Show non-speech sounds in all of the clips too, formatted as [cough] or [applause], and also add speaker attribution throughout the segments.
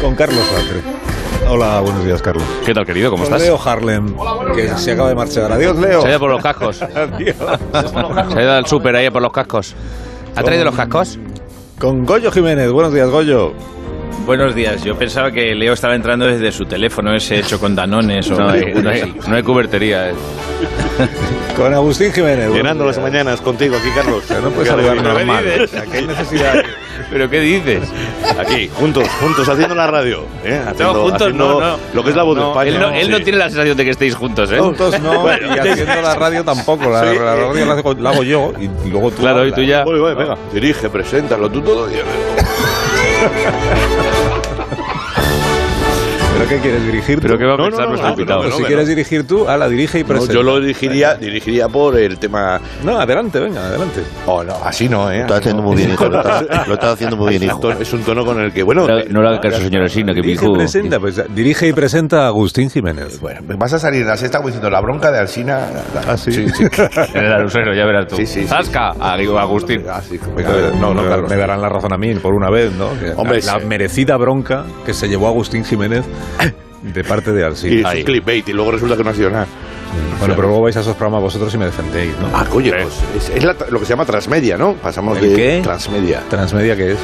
Speaker 1: Con Carlos Sartre. Hola, buenos días, Carlos.
Speaker 2: ¿Qué tal, querido? ¿Cómo
Speaker 1: Con
Speaker 2: estás?
Speaker 1: Leo Harlem, que se acaba de marchar. Adiós, Leo.
Speaker 2: Se ha ido por los
Speaker 3: [laughs]
Speaker 1: [laughs]
Speaker 2: cascos.
Speaker 1: Adiós.
Speaker 2: Se ha ido al súper ahí por los cascos. ¿Ha traído los cascos?
Speaker 1: Con Goyo Jiménez. Buenos días, Goyo.
Speaker 3: Buenos días, yo pensaba que Leo estaba entrando desde su teléfono ese hecho con danones o
Speaker 2: No hay,
Speaker 3: algo
Speaker 2: no hay,
Speaker 3: así.
Speaker 2: no hay cubertería. eh.
Speaker 1: Con Agustín Jiménez.
Speaker 4: Llenando las
Speaker 1: buenos días.
Speaker 4: mañanas contigo aquí, Carlos.
Speaker 1: No puedes saludar
Speaker 4: Porque ahora
Speaker 1: normal.
Speaker 4: mismo-
Speaker 1: O sea, que hay necesidad.
Speaker 2: ¿Pero qué dices?
Speaker 4: ¿eh? Aquí, juntos, juntos, haciendo la radio. ¿eh? Haciendo,
Speaker 3: juntos
Speaker 4: haciendo
Speaker 3: no, no.
Speaker 4: Lo que es la voz de
Speaker 3: No,
Speaker 4: España.
Speaker 2: Él no, él no
Speaker 4: Sí.
Speaker 2: tiene la sensación de que estéis juntos, [laughs] ¿eh?
Speaker 1: Juntos no, y haciendo la radio tampoco. La, la radio la hago, la hago yo y luego tú.
Speaker 2: Claro, y
Speaker 1: hablas.
Speaker 2: tú ya.
Speaker 4: Voy, voy, venga. Dirige, preséntalo tú todo. y-
Speaker 1: ¿Pero qué quieres dirigir? tú?
Speaker 2: ¿Pero qué va a
Speaker 4: No, no,
Speaker 2: pensar
Speaker 4: no,
Speaker 2: nuestro
Speaker 4: no,
Speaker 2: invitado?
Speaker 4: no,
Speaker 1: Pues
Speaker 4: no.
Speaker 1: si quieres dirigir tú, a la dirige y
Speaker 4: No,
Speaker 1: presenta.
Speaker 4: yo lo dirigiría, dirigiría por el tema.
Speaker 1: No, adelante, venga, adelante.
Speaker 4: Oh, no, así no, ¿eh?
Speaker 5: Lo está haciendo muy bien, hijo. Lo
Speaker 4: [laughs]
Speaker 5: está, lo está haciendo muy bien,
Speaker 4: Es un,
Speaker 5: hijo.
Speaker 4: tono, es un tono con el que, bueno. eh,
Speaker 2: No,
Speaker 4: te-
Speaker 2: no le haga caso, señor Sina, que mi
Speaker 1: Dirige y
Speaker 2: hijo-
Speaker 1: presenta, pues, dirige y presenta a Agustín Jiménez.
Speaker 6: Bueno, me vas a salir de la sexta como diciendo la bronca de Alsina.
Speaker 1: Ah, sí.
Speaker 4: [laughs]
Speaker 2: En el alusero, ya verás tú.
Speaker 4: Sí, sí, sí.
Speaker 2: ¡Zasca! A Agustín.
Speaker 6: Ah, sí, como-
Speaker 1: Venga, no, no, Carlos. me darán la razón a mí por una vez, ¿no? Que
Speaker 4: Hombre,
Speaker 1: la, la
Speaker 4: sí.
Speaker 1: merecida bronca que se llevó Agustín Jiménez de parte de Alcina.
Speaker 4: Y es un clickbait y luego resulta que no ha sido nada.
Speaker 1: Bueno, pero luego vais a esos programas vosotros y me defendéis, ¿no?
Speaker 4: Ah, coño, pues, es, es la- lo que se llama transmedia, ¿no? Pasamos
Speaker 1: ¿El
Speaker 4: de
Speaker 1: qué?
Speaker 4: transmedia.
Speaker 1: Transmedia que es.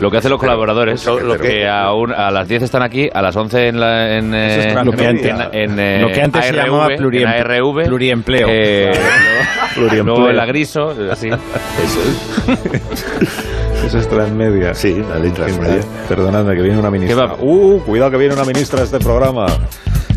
Speaker 2: Lo que hacen los colaboradores,
Speaker 4: lo- lo
Speaker 2: que, a, un- a las 10 están aquí, a las 11 en, la, en, eh,
Speaker 1: Eso es
Speaker 2: en,
Speaker 1: lo que antes-
Speaker 2: en, eh,
Speaker 3: lo que antes se
Speaker 2: ARV,
Speaker 3: llamaba
Speaker 2: en
Speaker 3: pluriem-
Speaker 2: ARV,
Speaker 3: pluriempleo.
Speaker 2: [laughs] eh, Luego el agriso, así.
Speaker 1: Eso es Transmedia.
Speaker 4: Sí, la ley transmedia.
Speaker 1: Perdonadme que viene una
Speaker 2: ¿Qué
Speaker 1: ministra.
Speaker 2: va?
Speaker 1: Uh, cuidado que viene una ministra a este programa.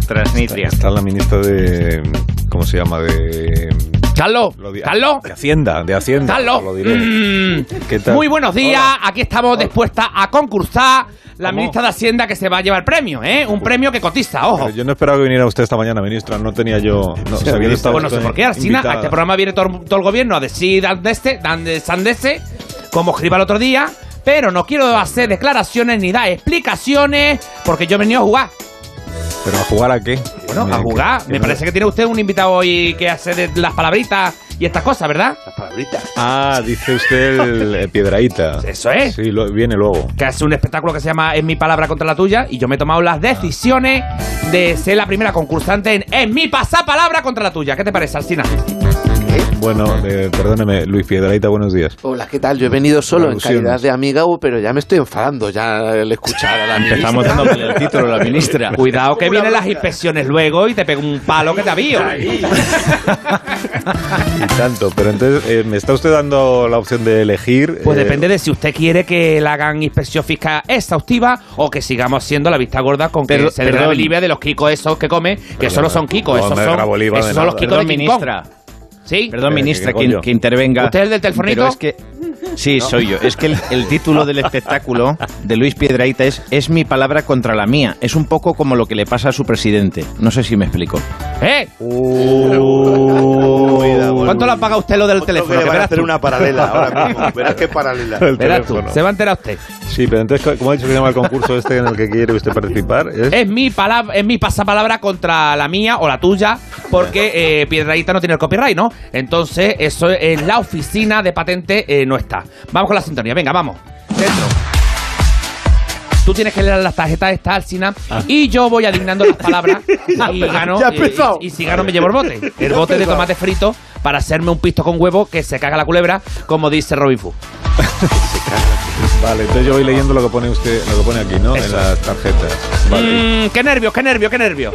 Speaker 3: Transnistria.
Speaker 1: Está la ministra de ¿cómo se llama? de
Speaker 2: ¡Carlos!
Speaker 1: lo di-
Speaker 2: ¡Carlos!
Speaker 1: De Hacienda, de Hacienda.
Speaker 2: ¡Carlos!
Speaker 1: Lo diré.
Speaker 2: Mm,
Speaker 1: ¿Qué tal?
Speaker 2: Muy buenos días,
Speaker 1: Hola.
Speaker 2: aquí estamos dispuestas a concursar la
Speaker 1: ¿Cómo?
Speaker 2: ministra de Hacienda que se va a llevar premio, ¿eh? Un premio que cotiza, ojo.
Speaker 1: Pero yo no esperaba que viniera usted esta mañana, ministra. No tenía yo. No, sabía que estaba
Speaker 2: Pues no sé
Speaker 1: usted
Speaker 2: por qué, al final, a
Speaker 1: invitada.
Speaker 2: este programa viene todo, todo el gobierno a decir este, dandeste, dande- sandeste, como escriba el otro día, pero no quiero hacer declaraciones ni dar explicaciones, porque yo he venido a jugar.
Speaker 1: ¿Pero a jugar a qué?
Speaker 2: Bueno,
Speaker 1: Eh,
Speaker 2: a
Speaker 1: que-
Speaker 2: jugar. Me
Speaker 1: no-
Speaker 2: parece que tiene usted un invitado hoy que hace de las palabritas y estas cosas, ¿verdad?
Speaker 4: Las palabritas.
Speaker 1: Ah, dice usted el
Speaker 2: [laughs]
Speaker 1: eh, Piedraíta.
Speaker 2: Eso es.
Speaker 1: Sí, lo- viene luego.
Speaker 2: que hace un espectáculo que se llama Es mi palabra contra la tuya y yo me he tomado las decisiones de ser la primera concursante en Es mi pasapalabra contra la tuya. ¿Qué te parece, Alcina?
Speaker 1: Bueno, eh, perdóneme, Luis Piedraíta, buenos días.
Speaker 7: Hola, ¿qué tal? Yo he venido solo en
Speaker 1: Alusiones.
Speaker 7: calidad de amiga, uh, pero ya me estoy enfadando ya al escuchar a la ministra.
Speaker 3: Estamos dándole el título a la ministra.
Speaker 2: Cuidado que vienen las inspecciones luego y te pego un palo que te avío. Ah.
Speaker 1: Y tanto, pero entonces, eh, ¿me está usted dando la opción de elegir?
Speaker 2: Pues
Speaker 1: eh,
Speaker 2: depende de si usted quiere que le hagan inspección fiscal exhaustiva o que sigamos siendo la vista gorda con que
Speaker 3: Pero-
Speaker 2: se dé la
Speaker 3: perdón.
Speaker 2: Bolivia de los kicos esos que come, que solo son kicos,
Speaker 1: no
Speaker 2: esos
Speaker 1: me grabo
Speaker 2: son,
Speaker 1: oliva de
Speaker 2: esos son los
Speaker 1: nada.
Speaker 2: kicos
Speaker 3: Perdón,
Speaker 2: de King Kong.
Speaker 3: ministra.
Speaker 2: ¿Sí?
Speaker 3: Perdón,
Speaker 1: Eh,
Speaker 3: ministra,
Speaker 1: ¿qué
Speaker 3: que,
Speaker 1: coño?
Speaker 3: que intervenga.
Speaker 2: ¿Usted es el del telefonito?
Speaker 3: Pero es que... Sí, soy yo. Es que el, el título del espectáculo de Luis Piedraíta es Es mi palabra contra la mía. Es un poco como lo que le pasa a su presidente. No sé si me explico.
Speaker 2: ¿Eh?
Speaker 4: Cuidado, bueno.
Speaker 2: ¿Cuánto le ha pagado usted lo del
Speaker 4: Otro que
Speaker 2: teléfono?
Speaker 4: le
Speaker 2: Que
Speaker 4: van a
Speaker 2: verás
Speaker 4: hacer
Speaker 2: tú.
Speaker 4: una paralela ahora mismo. Verás qué paralela.
Speaker 2: [laughs]
Speaker 1: el
Speaker 2: Verás tú,
Speaker 1: teléfono.
Speaker 2: se va a enterar usted.
Speaker 1: Sí, pero entonces, ¿cómo ha dicho que se llama el concurso este en el que quiere usted participar? ¿Es?
Speaker 2: Es mi palabra, es mi pasapalabra contra la mía o la tuya, porque eh, Piedraíta no tiene el copyright, ¿no? Entonces, eso es la oficina de patente eh, no está. Vamos con la sintonía, venga, vamos. Dentro. Tú tienes que leer las tarjetas estas, Alcina, y yo voy adivinando las palabras y gano.
Speaker 7: Ah. [laughs] ya ha
Speaker 2: eh,
Speaker 7: empezado.
Speaker 2: y, y si gano me llevo el bote. El bote de tomate frito para hacerme un pisto con huevo que se caga la culebra, como dice Robin Food.
Speaker 1: Vale, entonces yo voy leyendo lo que pone usted, lo que pone aquí, ¿no? En las tarjetas. Vale.
Speaker 2: Mm, qué nervios, qué nervios, qué
Speaker 7: [laughs]
Speaker 2: nervios.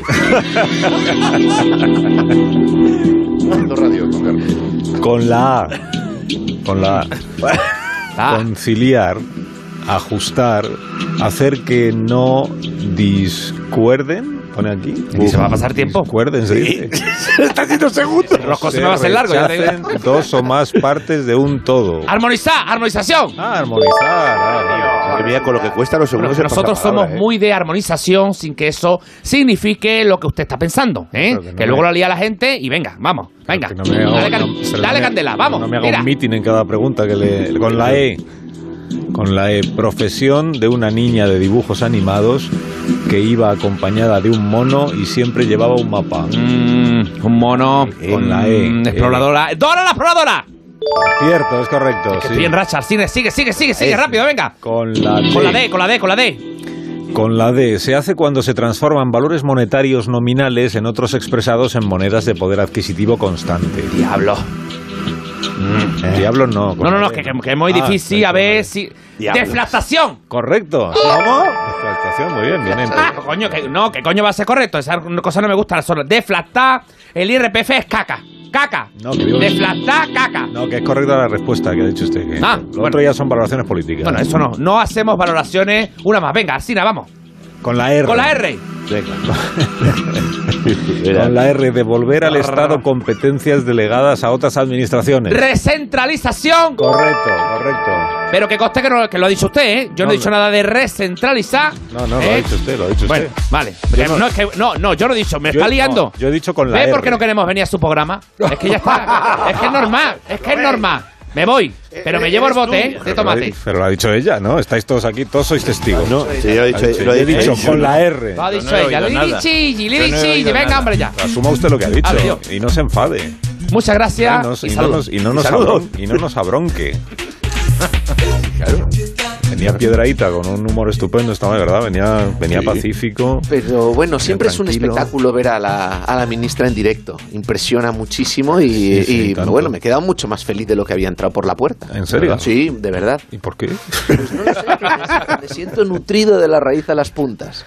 Speaker 4: Haciendo radio, don Carlos.
Speaker 2: Mm.
Speaker 1: Con la A. Con la A.
Speaker 2: Ah.
Speaker 1: Conciliar, ajustar, hacer que no discuerden. Pone aquí.
Speaker 2: ¿Y se va a pasar tiempo?
Speaker 1: Discuerden, se dice.
Speaker 2: [laughs]
Speaker 4: Está haciendo segundos.
Speaker 2: El rosco se
Speaker 1: Se
Speaker 2: me va a hacer largo. ya te digo.
Speaker 1: rechacen dos o más partes de un todo.
Speaker 2: Armonizar, armonización.
Speaker 1: Ah, armonizar. ah,
Speaker 8: Madre mía, con lo que cuesta los
Speaker 2: Bueno,
Speaker 8: segundos. en
Speaker 2: nosotros somos
Speaker 8: pasapalabra, ¿eh?
Speaker 2: muy de armonización sin que eso signifique lo que usted está pensando, ¿eh?
Speaker 1: Claro
Speaker 2: que,
Speaker 1: que no,
Speaker 2: luego
Speaker 1: eh.
Speaker 2: lo lía la gente y venga, vamos, venga.
Speaker 1: Que no me haga-
Speaker 2: dale can-
Speaker 1: no- pero
Speaker 2: dale
Speaker 1: no me-
Speaker 2: candela, vamos.
Speaker 1: No me haga
Speaker 2: mira.
Speaker 1: un meeting en cada pregunta que le, con la E. Con la E, profesión de una niña de dibujos animados que iba acompañada de un mono y siempre llevaba un mapa.
Speaker 2: Mm, un mono
Speaker 1: Eh, con la E,
Speaker 2: mm,
Speaker 1: eh.
Speaker 2: exploradora. ¡Dora la exploradora!
Speaker 1: Cierto, es correcto.
Speaker 2: Que
Speaker 1: sí. Eh,
Speaker 2: estoy en racha, sigue, sigue, sigue, sigue, sigue, rápido, venga.
Speaker 1: Con la D.
Speaker 2: Con la D, con la D, con la D.
Speaker 1: Con la D. Se hace cuando se transforman valores monetarios nominales en otros expresados en monedas de poder adquisitivo constante. Mm,
Speaker 2: Diablo. Eh.
Speaker 1: Diablo no. con
Speaker 2: No, no,
Speaker 1: la
Speaker 2: no,
Speaker 1: D.
Speaker 2: que, que- que es muy
Speaker 1: Ah,
Speaker 2: difícil. A
Speaker 1: con la D.
Speaker 2: ver si. ¡Deflatación!
Speaker 1: Correcto. ¿Cómo? Actuación, muy bien, bien.
Speaker 2: Ah,
Speaker 1: entonces.
Speaker 2: coño, que, no, que coño va a ser correcto. Esa cosa no me gusta. Solo deflactar el IRPF es caca. Caca.
Speaker 1: No, que digo-
Speaker 2: deflactar caca.
Speaker 1: No, que es correcta la respuesta que ha dicho usted. que
Speaker 2: Ah,
Speaker 1: lo
Speaker 2: bueno.
Speaker 1: otro ya son valoraciones políticas.
Speaker 2: Bueno, eso no. No hacemos valoraciones. Una más. Venga, Arsina, vamos.
Speaker 1: Con la R.
Speaker 2: Con la R. [laughs]
Speaker 1: Con la R, devolver al Estado competencias delegadas a otras administraciones.
Speaker 2: Recentralización.
Speaker 1: correcto, correcto.
Speaker 2: Pero que conste que, no- que lo ha dicho usted, ¿eh? Yo no,
Speaker 1: No,
Speaker 2: he dicho
Speaker 1: no.
Speaker 2: nada de recentralizar.
Speaker 1: No, no, lo
Speaker 2: ¿eh?
Speaker 1: ha dicho usted, lo ha dicho
Speaker 2: Bueno,
Speaker 1: usted.
Speaker 2: vale.
Speaker 1: Yo
Speaker 2: Eh, no,
Speaker 1: no-
Speaker 2: es que, no, no, yo no he dicho. Me
Speaker 1: Yo-
Speaker 2: está liando.
Speaker 1: no, yo he dicho con la
Speaker 2: ¿Ve
Speaker 1: R.
Speaker 2: por qué no queremos venir a su programa? Es que ya está. es que es normal.
Speaker 1: [laughs]
Speaker 2: Es que es normal. Me voy. Pero me llevo el bote, ¿eh? De
Speaker 1: Pero lo ha di-
Speaker 2: tomate.
Speaker 1: Pero lo ha dicho ella, ¿no? Estáis todos aquí, todos sois testigos. No,
Speaker 4: Sí, lo ha dicho, lo ha
Speaker 1: he
Speaker 4: dicho.
Speaker 1: dicho con la R.
Speaker 2: Lo ha
Speaker 9: Yo
Speaker 2: dicho
Speaker 9: no he
Speaker 2: ella.
Speaker 9: oído
Speaker 2: Lili
Speaker 9: nada.
Speaker 2: Chilli, Lili
Speaker 9: Yo no he
Speaker 2: Chilli.
Speaker 9: oído
Speaker 2: Venga,
Speaker 9: nada.
Speaker 2: hombre, ya.
Speaker 1: Asuma usted lo que ha dicho
Speaker 2: Hablo yo.
Speaker 1: y no se enfade.
Speaker 2: Muchas
Speaker 1: Y
Speaker 2: gracias
Speaker 1: no,
Speaker 2: y
Speaker 1: y no
Speaker 2: saludos.
Speaker 1: nos, y no nos
Speaker 8: saludos.
Speaker 1: abron- y no nos abronque. Venía piedradita con un humor estupendo, estaba de verdad, venía, venía pacífico.
Speaker 7: Pero bueno, siempre es un
Speaker 1: tranquilo.
Speaker 7: espectáculo ver a la, a la ministra en directo. Impresiona muchísimo y,
Speaker 1: Sí, sí,
Speaker 7: y,
Speaker 1: tanto.
Speaker 7: bueno, me he quedado mucho más feliz de lo que había entrado por la puerta.
Speaker 1: ¿En serio?
Speaker 7: Sí, de verdad.
Speaker 1: ¿Y por qué?
Speaker 7: Pues no lo sé, pero me- me siento nutrido de la raíz a las puntas.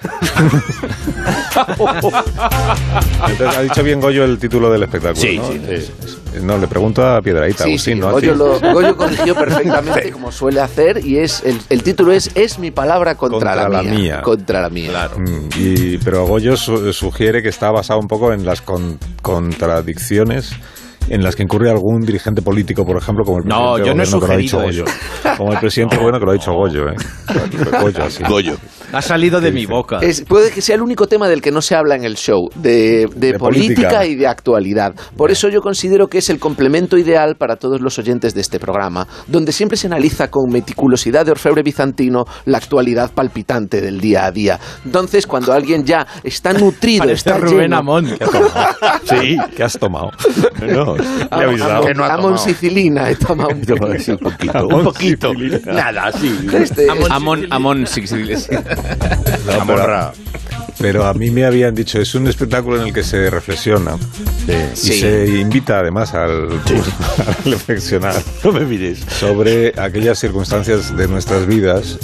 Speaker 1: Entonces, ha dicho bien Goyo el título del espectáculo.
Speaker 4: Sí,
Speaker 1: ¿no?
Speaker 4: sí, sí.
Speaker 1: Eh, No, le pregunto a Piedraíta,
Speaker 7: Sí,
Speaker 1: Agustín,
Speaker 7: sí,
Speaker 1: no a ti.
Speaker 7: Goyo, lo, Goyo
Speaker 1: [laughs]
Speaker 7: corrigió perfectamente como suele hacer y es el, el título es Es mi palabra contra,
Speaker 1: Contra la mía.
Speaker 7: Contra la mía.
Speaker 1: Mm, y- pero Goyo su- sugiere que está basado un poco en las con- contradicciones en las que incurre algún dirigente político, por ejemplo, como el
Speaker 9: No,
Speaker 1: presidente
Speaker 9: yo no he
Speaker 1: del gobierno que lo ha dicho
Speaker 9: sugerido
Speaker 1: Goyo. Como el presidente bueno que lo ha dicho Goyo, ¿eh? Goyo, así.
Speaker 4: Goyo.
Speaker 9: Ha salido de mi boca.
Speaker 7: Es- puede que sea el único tema del que no se habla en el show, de, de
Speaker 1: De
Speaker 7: política,
Speaker 1: política.
Speaker 7: y de actualidad. Por eso yo considero que es el complemento ideal para todos los oyentes de este programa, donde siempre se analiza con meticulosidad de orfebre bizantino la actualidad palpitante del día a día. Entonces, cuando alguien ya está nutrido,
Speaker 9: Parece
Speaker 7: está
Speaker 9: Este Rubén
Speaker 7: lleno,
Speaker 9: Amón.
Speaker 1: Sí, ¿qué has tomado? No, le he avisado.
Speaker 7: Amón, Amón sicilina, he tomado [laughs] un
Speaker 1: Un poquito.
Speaker 4: Nada, sí.
Speaker 7: Este,
Speaker 9: Amón, Amón, sí, sí, sí.
Speaker 1: La morra. Pero a mí me habían dicho, es un espectáculo en el que se reflexiona eh, y
Speaker 7: Sí.
Speaker 1: se invita además al [laughs] a reflexionar
Speaker 4: No me mires.
Speaker 1: sobre aquellas circunstancias de nuestras vidas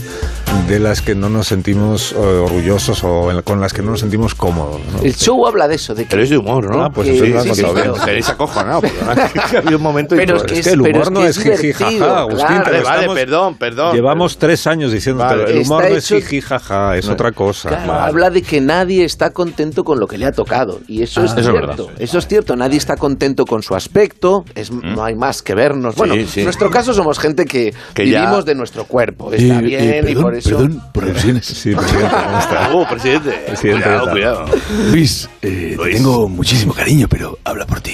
Speaker 1: de las que no nos sentimos eh, orgullosos o en- con las que no nos sentimos cómodos. ¿no?
Speaker 7: el show habla de eso, de que
Speaker 4: Pero es de humor, ¿no?
Speaker 1: Ah, pues
Speaker 7: Sí,
Speaker 1: eso lo
Speaker 7: sí,
Speaker 1: has
Speaker 7: sí,
Speaker 1: contado
Speaker 7: sí,
Speaker 1: bien.
Speaker 7: claro.
Speaker 4: Pero es acojonado, perdona. Que había un momento y
Speaker 7: Pero
Speaker 4: todo.
Speaker 1: Es que el humor
Speaker 7: pero es que
Speaker 1: no
Speaker 7: es
Speaker 1: es jiji
Speaker 7: divertido,
Speaker 1: jaja, Agustín.
Speaker 7: claro.
Speaker 1: te
Speaker 4: Vale,
Speaker 1: lo
Speaker 4: vale,
Speaker 1: estamos-
Speaker 4: perdón, perdón.
Speaker 1: Llevamos tres años diciéndote,
Speaker 4: Vale.
Speaker 1: el humor
Speaker 7: Está
Speaker 1: no es
Speaker 7: hecho-
Speaker 1: jiji jaja, es otra cosa.
Speaker 7: Claro,
Speaker 1: Vale.
Speaker 7: habla de que nadie está contento con lo que le ha tocado. Y eso es
Speaker 4: es
Speaker 7: cierto. eso es cierto. Nadie está contento con su aspecto. Es, No hay más que vernos. Bueno,
Speaker 4: sí.
Speaker 7: en nuestro caso somos gente que,
Speaker 4: Que ya-
Speaker 7: vivimos de nuestro cuerpo. Está
Speaker 4: Eh,
Speaker 7: bien y por eso.
Speaker 3: Perdón, profesiones.
Speaker 1: Sí, presidente, ¿cómo está?
Speaker 3: Uh,
Speaker 4: Oh, presidente.
Speaker 1: Presidente,
Speaker 4: cuidado,
Speaker 1: ¿qué tal?
Speaker 4: cuidado.
Speaker 3: Luis, eh, te
Speaker 4: Luis.
Speaker 3: tengo muchísimo cariño, pero habla por ti.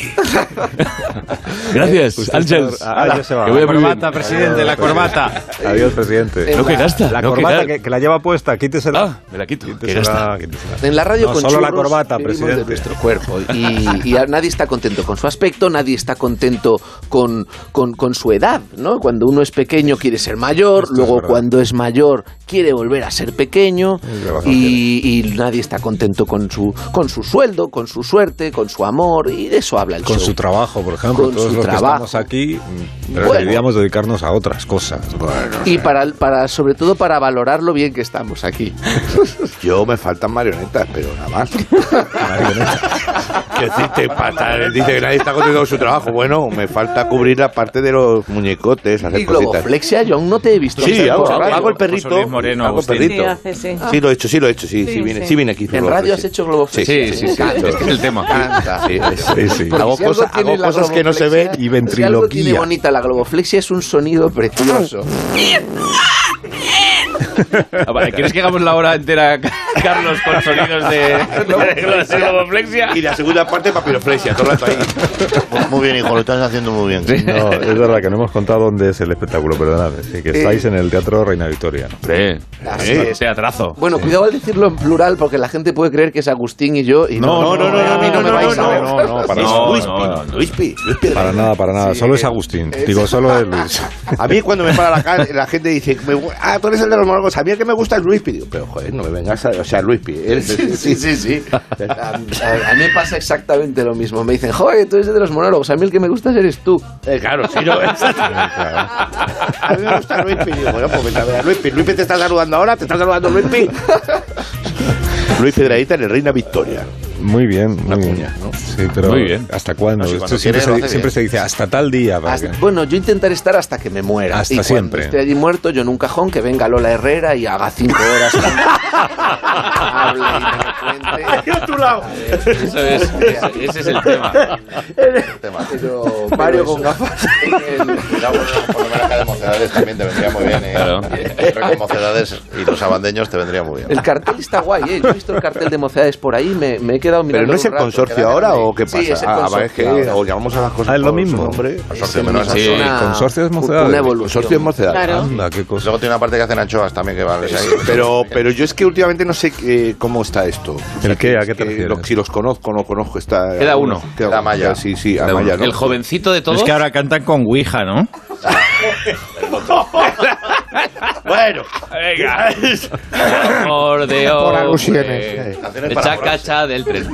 Speaker 2: Pues
Speaker 3: Gracias, Ángels.
Speaker 1: Ah, ya se va.
Speaker 3: Que voy a muy bien.
Speaker 9: Corbata, presidente, la corbata.
Speaker 1: Adiós,
Speaker 7: Eh,
Speaker 1: presidente.
Speaker 3: No que gasta.
Speaker 1: La
Speaker 3: no que
Speaker 1: corbata
Speaker 3: gasta.
Speaker 1: que, que la lleva puesta, quítesela.
Speaker 3: Ah, me la quito. Que gasta.
Speaker 1: Quítesela, quítesela.
Speaker 7: En la radio
Speaker 1: No,
Speaker 7: con
Speaker 1: solo la
Speaker 7: churros
Speaker 1: corbata,
Speaker 7: vivimos de
Speaker 1: presidente.
Speaker 7: nuestro cuerpo. Y, y a- nadie está contento con su aspecto, nadie está contento con, con- con su edad, ¿no? Cuando uno es pequeño quiere ser mayor,
Speaker 1: Esto es
Speaker 7: luego
Speaker 1: verdad.
Speaker 7: cuando es mayor quiere volver a ser pequeño
Speaker 1: Es verdad,
Speaker 7: y, y nadie está contento con su, con su sueldo, con su suerte, con su amor y de eso habla el
Speaker 1: Con
Speaker 7: show.
Speaker 1: su trabajo, por ejemplo.
Speaker 7: Con
Speaker 1: Todos
Speaker 7: su
Speaker 1: los
Speaker 7: trabajo.
Speaker 1: que estamos aquí mm,
Speaker 7: Bueno.
Speaker 1: preferiríamos dedicarnos a otras cosas.
Speaker 7: y para, el- para, sobre todo para valorar lo bien que estamos
Speaker 1: [laughs]
Speaker 7: aquí.
Speaker 4: Yo me faltan marionetas, pero nada más.
Speaker 1: [laughs]
Speaker 4: que dice, dice que nadie está contento con su trabajo. Bueno, me falta cubrir la parte de los muñecotes, hacer
Speaker 7: Y
Speaker 4: cositas.
Speaker 7: globoflexia yo aún no te he visto.
Speaker 4: Sí,
Speaker 7: hacer
Speaker 4: hago,
Speaker 7: por
Speaker 4: hago,
Speaker 7: radio.
Speaker 4: hago el perrito.
Speaker 9: José Luis Moreno,
Speaker 4: hago el
Speaker 9: Agustín.
Speaker 10: Sí,
Speaker 4: perrito.
Speaker 10: hace, sí.
Speaker 4: Sí, lo he hecho, sí, lo he hecho, sí, sí,
Speaker 10: Sí,
Speaker 4: vine,
Speaker 10: sí.
Speaker 4: sí vine aquí.
Speaker 7: En radio has hecho
Speaker 4: Sí,
Speaker 7: globoflexia.
Speaker 4: sí, sí,
Speaker 7: Ah,
Speaker 4: sí,
Speaker 7: es que
Speaker 9: el tema.
Speaker 7: Canta.
Speaker 4: Sí, sí.
Speaker 1: Sí, sí.
Speaker 7: Porque
Speaker 4: Hago
Speaker 7: si algo
Speaker 4: cosas-
Speaker 7: tiene
Speaker 4: hago
Speaker 7: la
Speaker 4: cosas que no se
Speaker 7: globoflexia-
Speaker 1: ven y
Speaker 7: Si algo
Speaker 1: ventriloquía.
Speaker 7: tiene bonita la globoflexia es un sonido precioso.
Speaker 2: [laughs] Ah, vale, ¿Quieres que hagamos la hora entera, [laughs] Carlos, con sonidos de, [laughs] de globoflexia?
Speaker 4: Y la segunda parte, papiroflexia, todo el rato ahí.
Speaker 6: Muy bien, hijo, lo estás haciendo muy bien.
Speaker 1: No, es verdad que no hemos contado dónde es el espectáculo, perdonad. Sí, que estáis en el Teatro Reina Victoria. ¿no?
Speaker 2: Hombre,
Speaker 7: Así
Speaker 2: eh,
Speaker 7: es.
Speaker 2: teatrazo.
Speaker 7: Bueno, cuidado al decirlo en plural porque la gente puede creer que es Agustín y yo. Y no, a mí no me vais a ver.
Speaker 1: no, no, para
Speaker 2: No,
Speaker 1: nada.
Speaker 2: no, no, no.
Speaker 1: Para nada, para nada.
Speaker 7: Sí,
Speaker 1: Solo es
Speaker 7: eh,
Speaker 1: Agustín. Digo, solo es [laughs] Luis.
Speaker 4: A mí cuando me para la, ca- la gente dice, me gu- ah, tú eres el de los monólogos, a mí el que me gusta es Luispi. Digo, pero joder, no me vengas a... O sea, Luispi, eres...
Speaker 7: Sí, sí, sí.
Speaker 4: [laughs]
Speaker 7: sí. [laughs] A, a- a mí me pasa exactamente lo mismo. Me dicen, joder, tú eres de los monólogos. A mí el que me gustas eres tú.
Speaker 4: Eh, claro, sí, [laughs] no, es- A mí me gusta Luispi. Digo, bueno, pues vete a ver a Luispi. Luispi te está saludando ahora, te está saludando [laughs] Luispi. Luis Pedradita en el Reina Victoria.
Speaker 1: Muy bien, muy bien. Sí, pero
Speaker 2: Muy bien.
Speaker 1: ¿Hasta cuándo?
Speaker 6: No, sí,
Speaker 1: Esto
Speaker 6: cuando
Speaker 1: siempre
Speaker 6: quieres
Speaker 1: se,
Speaker 6: lo hace
Speaker 1: siempre
Speaker 6: bien.
Speaker 1: se dice hasta tal día. para
Speaker 7: Hasta-
Speaker 1: que-
Speaker 7: bueno, yo intentaré estar hasta que me muera.
Speaker 1: Hasta
Speaker 7: y cuando
Speaker 1: siempre.
Speaker 7: esté allí muerto, yo nunca cajón, que venga Lola Herrera y haga cinco horas. que hable y me lo cuente.
Speaker 2: Eso es, ese, ese es el tema.
Speaker 7: Pero Mario con gafas.
Speaker 6: Este Cuidado con los- con los homenajes de mocedades también te vendría muy bien, ¿eh?
Speaker 2: Claro.
Speaker 6: Yo creo que mocedades y los abandeños te vendría muy bien.
Speaker 7: El cartel está guay, ¿eh? Yo he visto el cartel de Mocedades por ahí, me, me he quedado mirando.
Speaker 4: ¿Pero no es el
Speaker 7: un rato,
Speaker 4: consorcio
Speaker 7: queda
Speaker 4: ahora
Speaker 7: grande.
Speaker 4: o qué pasa?
Speaker 7: Sí, es el
Speaker 4: Ah,
Speaker 7: consorcio.
Speaker 4: vale, es que
Speaker 7: ahora.
Speaker 4: o llamamos a las cosas
Speaker 1: Ah, es lo
Speaker 4: por su
Speaker 1: mismo.
Speaker 4: nombre.
Speaker 6: Consorcio menor,
Speaker 7: Sí,
Speaker 6: sí.
Speaker 7: una-
Speaker 1: ¿Consorcio es Mocedades?
Speaker 7: Una evolución.
Speaker 4: Consorcio en Mocedades.
Speaker 10: Claro.
Speaker 1: Anda, qué cosa.
Speaker 6: Pues Luego tiene una parte que hacen anchoas también que vale. ahí.
Speaker 4: Pero, pero yo es que últimamente no sé eh, cómo está esto. O
Speaker 1: ¿El qué? ¿A qué
Speaker 4: que
Speaker 1: te refieres?
Speaker 4: lo- si los conozco o no conozco. Está,
Speaker 2: Queda uno.
Speaker 4: Queda
Speaker 6: Queda Maya.
Speaker 4: Sí, sí, Amaya, ¿no?
Speaker 11: El jovencito de todos.
Speaker 2: Es que ahora cantan con Ouija, ¿no?
Speaker 4: Bueno,
Speaker 11: Venga. Por Dios.
Speaker 4: Por alusiones,
Speaker 11: güey.
Speaker 4: eh.
Speaker 6: Canciones para
Speaker 11: Chaca,
Speaker 6: apurarse.
Speaker 11: cha del tren.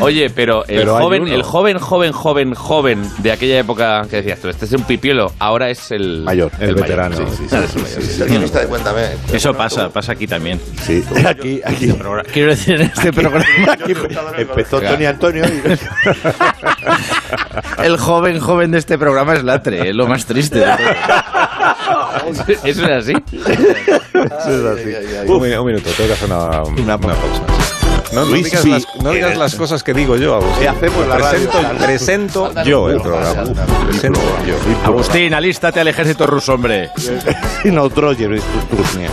Speaker 11: Oye, pero el
Speaker 1: Pero hay
Speaker 11: joven,
Speaker 1: uno.
Speaker 11: el joven, joven, joven, joven de aquella época que decías tú, este es un pipiolo, ahora es el
Speaker 4: mayor.
Speaker 1: El
Speaker 11: mayor,
Speaker 1: veterano.
Speaker 11: sí, sí, sí, sí, sí, sí.
Speaker 6: Es el guionista de
Speaker 4: [laughs]
Speaker 6: Cuéntame.
Speaker 2: Eso pasa, pasa aquí también. [laughs]
Speaker 4: Sí. Aquí, aquí.
Speaker 2: Quiero decir, en este programa...
Speaker 4: Aquí empezó
Speaker 2: Claro.
Speaker 4: Tony Antonio
Speaker 6: [laughs]
Speaker 4: y
Speaker 2: El joven joven de este programa es Latre, es lo más triste. de todo.
Speaker 11: Eso es así.
Speaker 1: Un, mi- un minuto, tengo que hacer una, una pausa. No, no
Speaker 4: Luis
Speaker 1: digas,
Speaker 4: Pi-
Speaker 1: las, no digas las cosas que digo yo, Agustín.
Speaker 4: Eh, hacemos la radio.
Speaker 1: presento, presento yo el programa. Presento pues, yo.
Speaker 2: Agustín, alístate al ejército ruso, hombre.
Speaker 4: no Troyer, es tu- tu mía.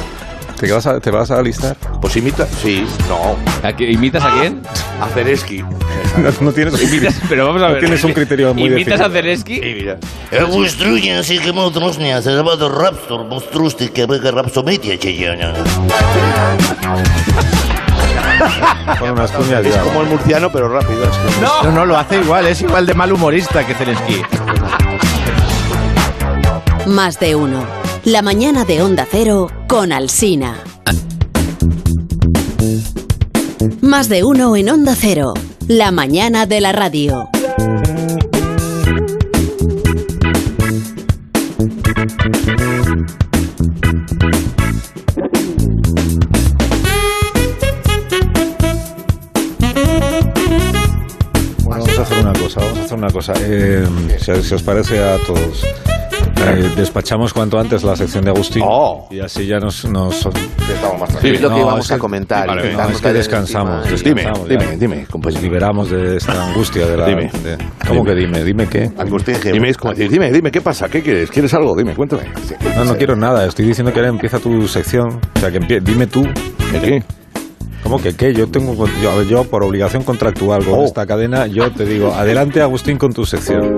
Speaker 1: ¿Te vas, a, ¿Te vas a alistar? [laughs]
Speaker 4: Pues imita. Sí, no.
Speaker 11: ¿A qué- ¿Imitas a quién?
Speaker 4: A Zereski.
Speaker 1: No, no tienes,
Speaker 11: Imitas, [laughs] pero vamos a
Speaker 1: no
Speaker 11: ver.
Speaker 1: tienes un criterio muy
Speaker 11: ¿Imitas
Speaker 1: definido.
Speaker 11: a Zelensky?
Speaker 4: mira.
Speaker 12: Я вы струня, сики мотрошня, се забада рапстор, бо струстики, бега рапсомития, че я.
Speaker 1: Con unas cuñas
Speaker 4: Es
Speaker 1: ya.
Speaker 4: como el murciano, pero rápido. es que-
Speaker 2: No, no, lo hace igual, es igual de mal humorista que Zelensky.
Speaker 10: Más de uno. La mañana de Onda Cero con Alsina. Más de uno en Onda Cero. La mañana de la radio.
Speaker 1: Bueno, vamos a hacer una cosa, vamos a hacer una cosa. Eh, si, si os parece a todos, eh, despachamos cuanto antes la sección de Agustín
Speaker 4: Oh.
Speaker 1: y así ya nos... nos
Speaker 6: Que estamos más
Speaker 7: Es
Speaker 6: tranquilos.
Speaker 7: lo que
Speaker 1: No,
Speaker 7: íbamos
Speaker 1: es que-
Speaker 7: a comentar.
Speaker 1: Vale,
Speaker 7: intentar
Speaker 1: no, es
Speaker 7: no
Speaker 1: que
Speaker 7: caer
Speaker 1: descansamos.
Speaker 7: encima.
Speaker 4: Dime,
Speaker 1: Vamos, ya.
Speaker 4: dime, dime,
Speaker 1: nos
Speaker 4: compañero.
Speaker 1: liberamos de esta angustia de la...
Speaker 4: Dime.
Speaker 1: de- ¿Cómo que dime? ¿Dime qué?
Speaker 6: Agustín Gil.
Speaker 4: Dime, es como decir, dime, dime, ¿qué pasa? ¿Qué quieres? ¿Quieres algo? Dime, cuéntame.
Speaker 1: No, no quiero nada, estoy diciendo que ahora empieza tu sección. O sea, que empie- dime tú.
Speaker 4: ¿Qué?
Speaker 1: ¿Cómo que qué? Yo tengo... Yo, a ver, yo, por obligación contractual con
Speaker 4: Oh.
Speaker 1: esta cadena, yo te digo, adelante Agustín con tu sección.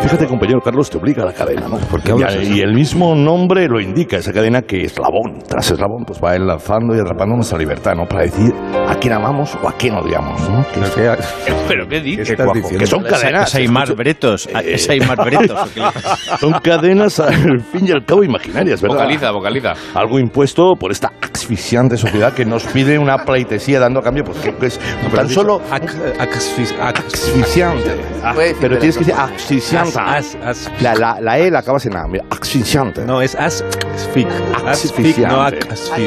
Speaker 4: Fíjate, compañero, Carlos te obliga a la cadena, ¿no?
Speaker 1: qué hablas
Speaker 4: y,
Speaker 1: así?
Speaker 4: y el mismo nombre lo indica, esa cadena que eslabón tras eslabón pues va enlazando y atrapando nuestra libertad, ¿no? Para decir a quién amamos o a quién odiamos, ¿no? Que,
Speaker 1: Pero ¿Qué,
Speaker 11: ¿Pero qué
Speaker 1: qué
Speaker 11: dices?
Speaker 1: estás
Speaker 4: guapo,
Speaker 1: diciendo?
Speaker 4: que son cadenas.
Speaker 2: Es Aymar Bretos, es Aymar [laughs] Bretos. ¿o qué le pasa?
Speaker 4: Son cadenas al fin y al cabo imaginarias, ¿verdad?
Speaker 11: Vocaliza, vocaliza.
Speaker 4: Algo impuesto por esta asfixiante sociedad que nos pide una pleitesía dando a cambio, pues que es tan solo
Speaker 1: Ac- axfis- ax-
Speaker 4: asfixiante. Ah,
Speaker 7: Puedes decir
Speaker 4: Pero
Speaker 7: las
Speaker 4: tienes que decir
Speaker 7: cosas.
Speaker 4: asfixiante.
Speaker 1: as- as-
Speaker 4: La, la, la E la acabas en A, mira, asfixiante.
Speaker 1: No, es asfic. Asfic,
Speaker 4: Asfixiante.
Speaker 1: no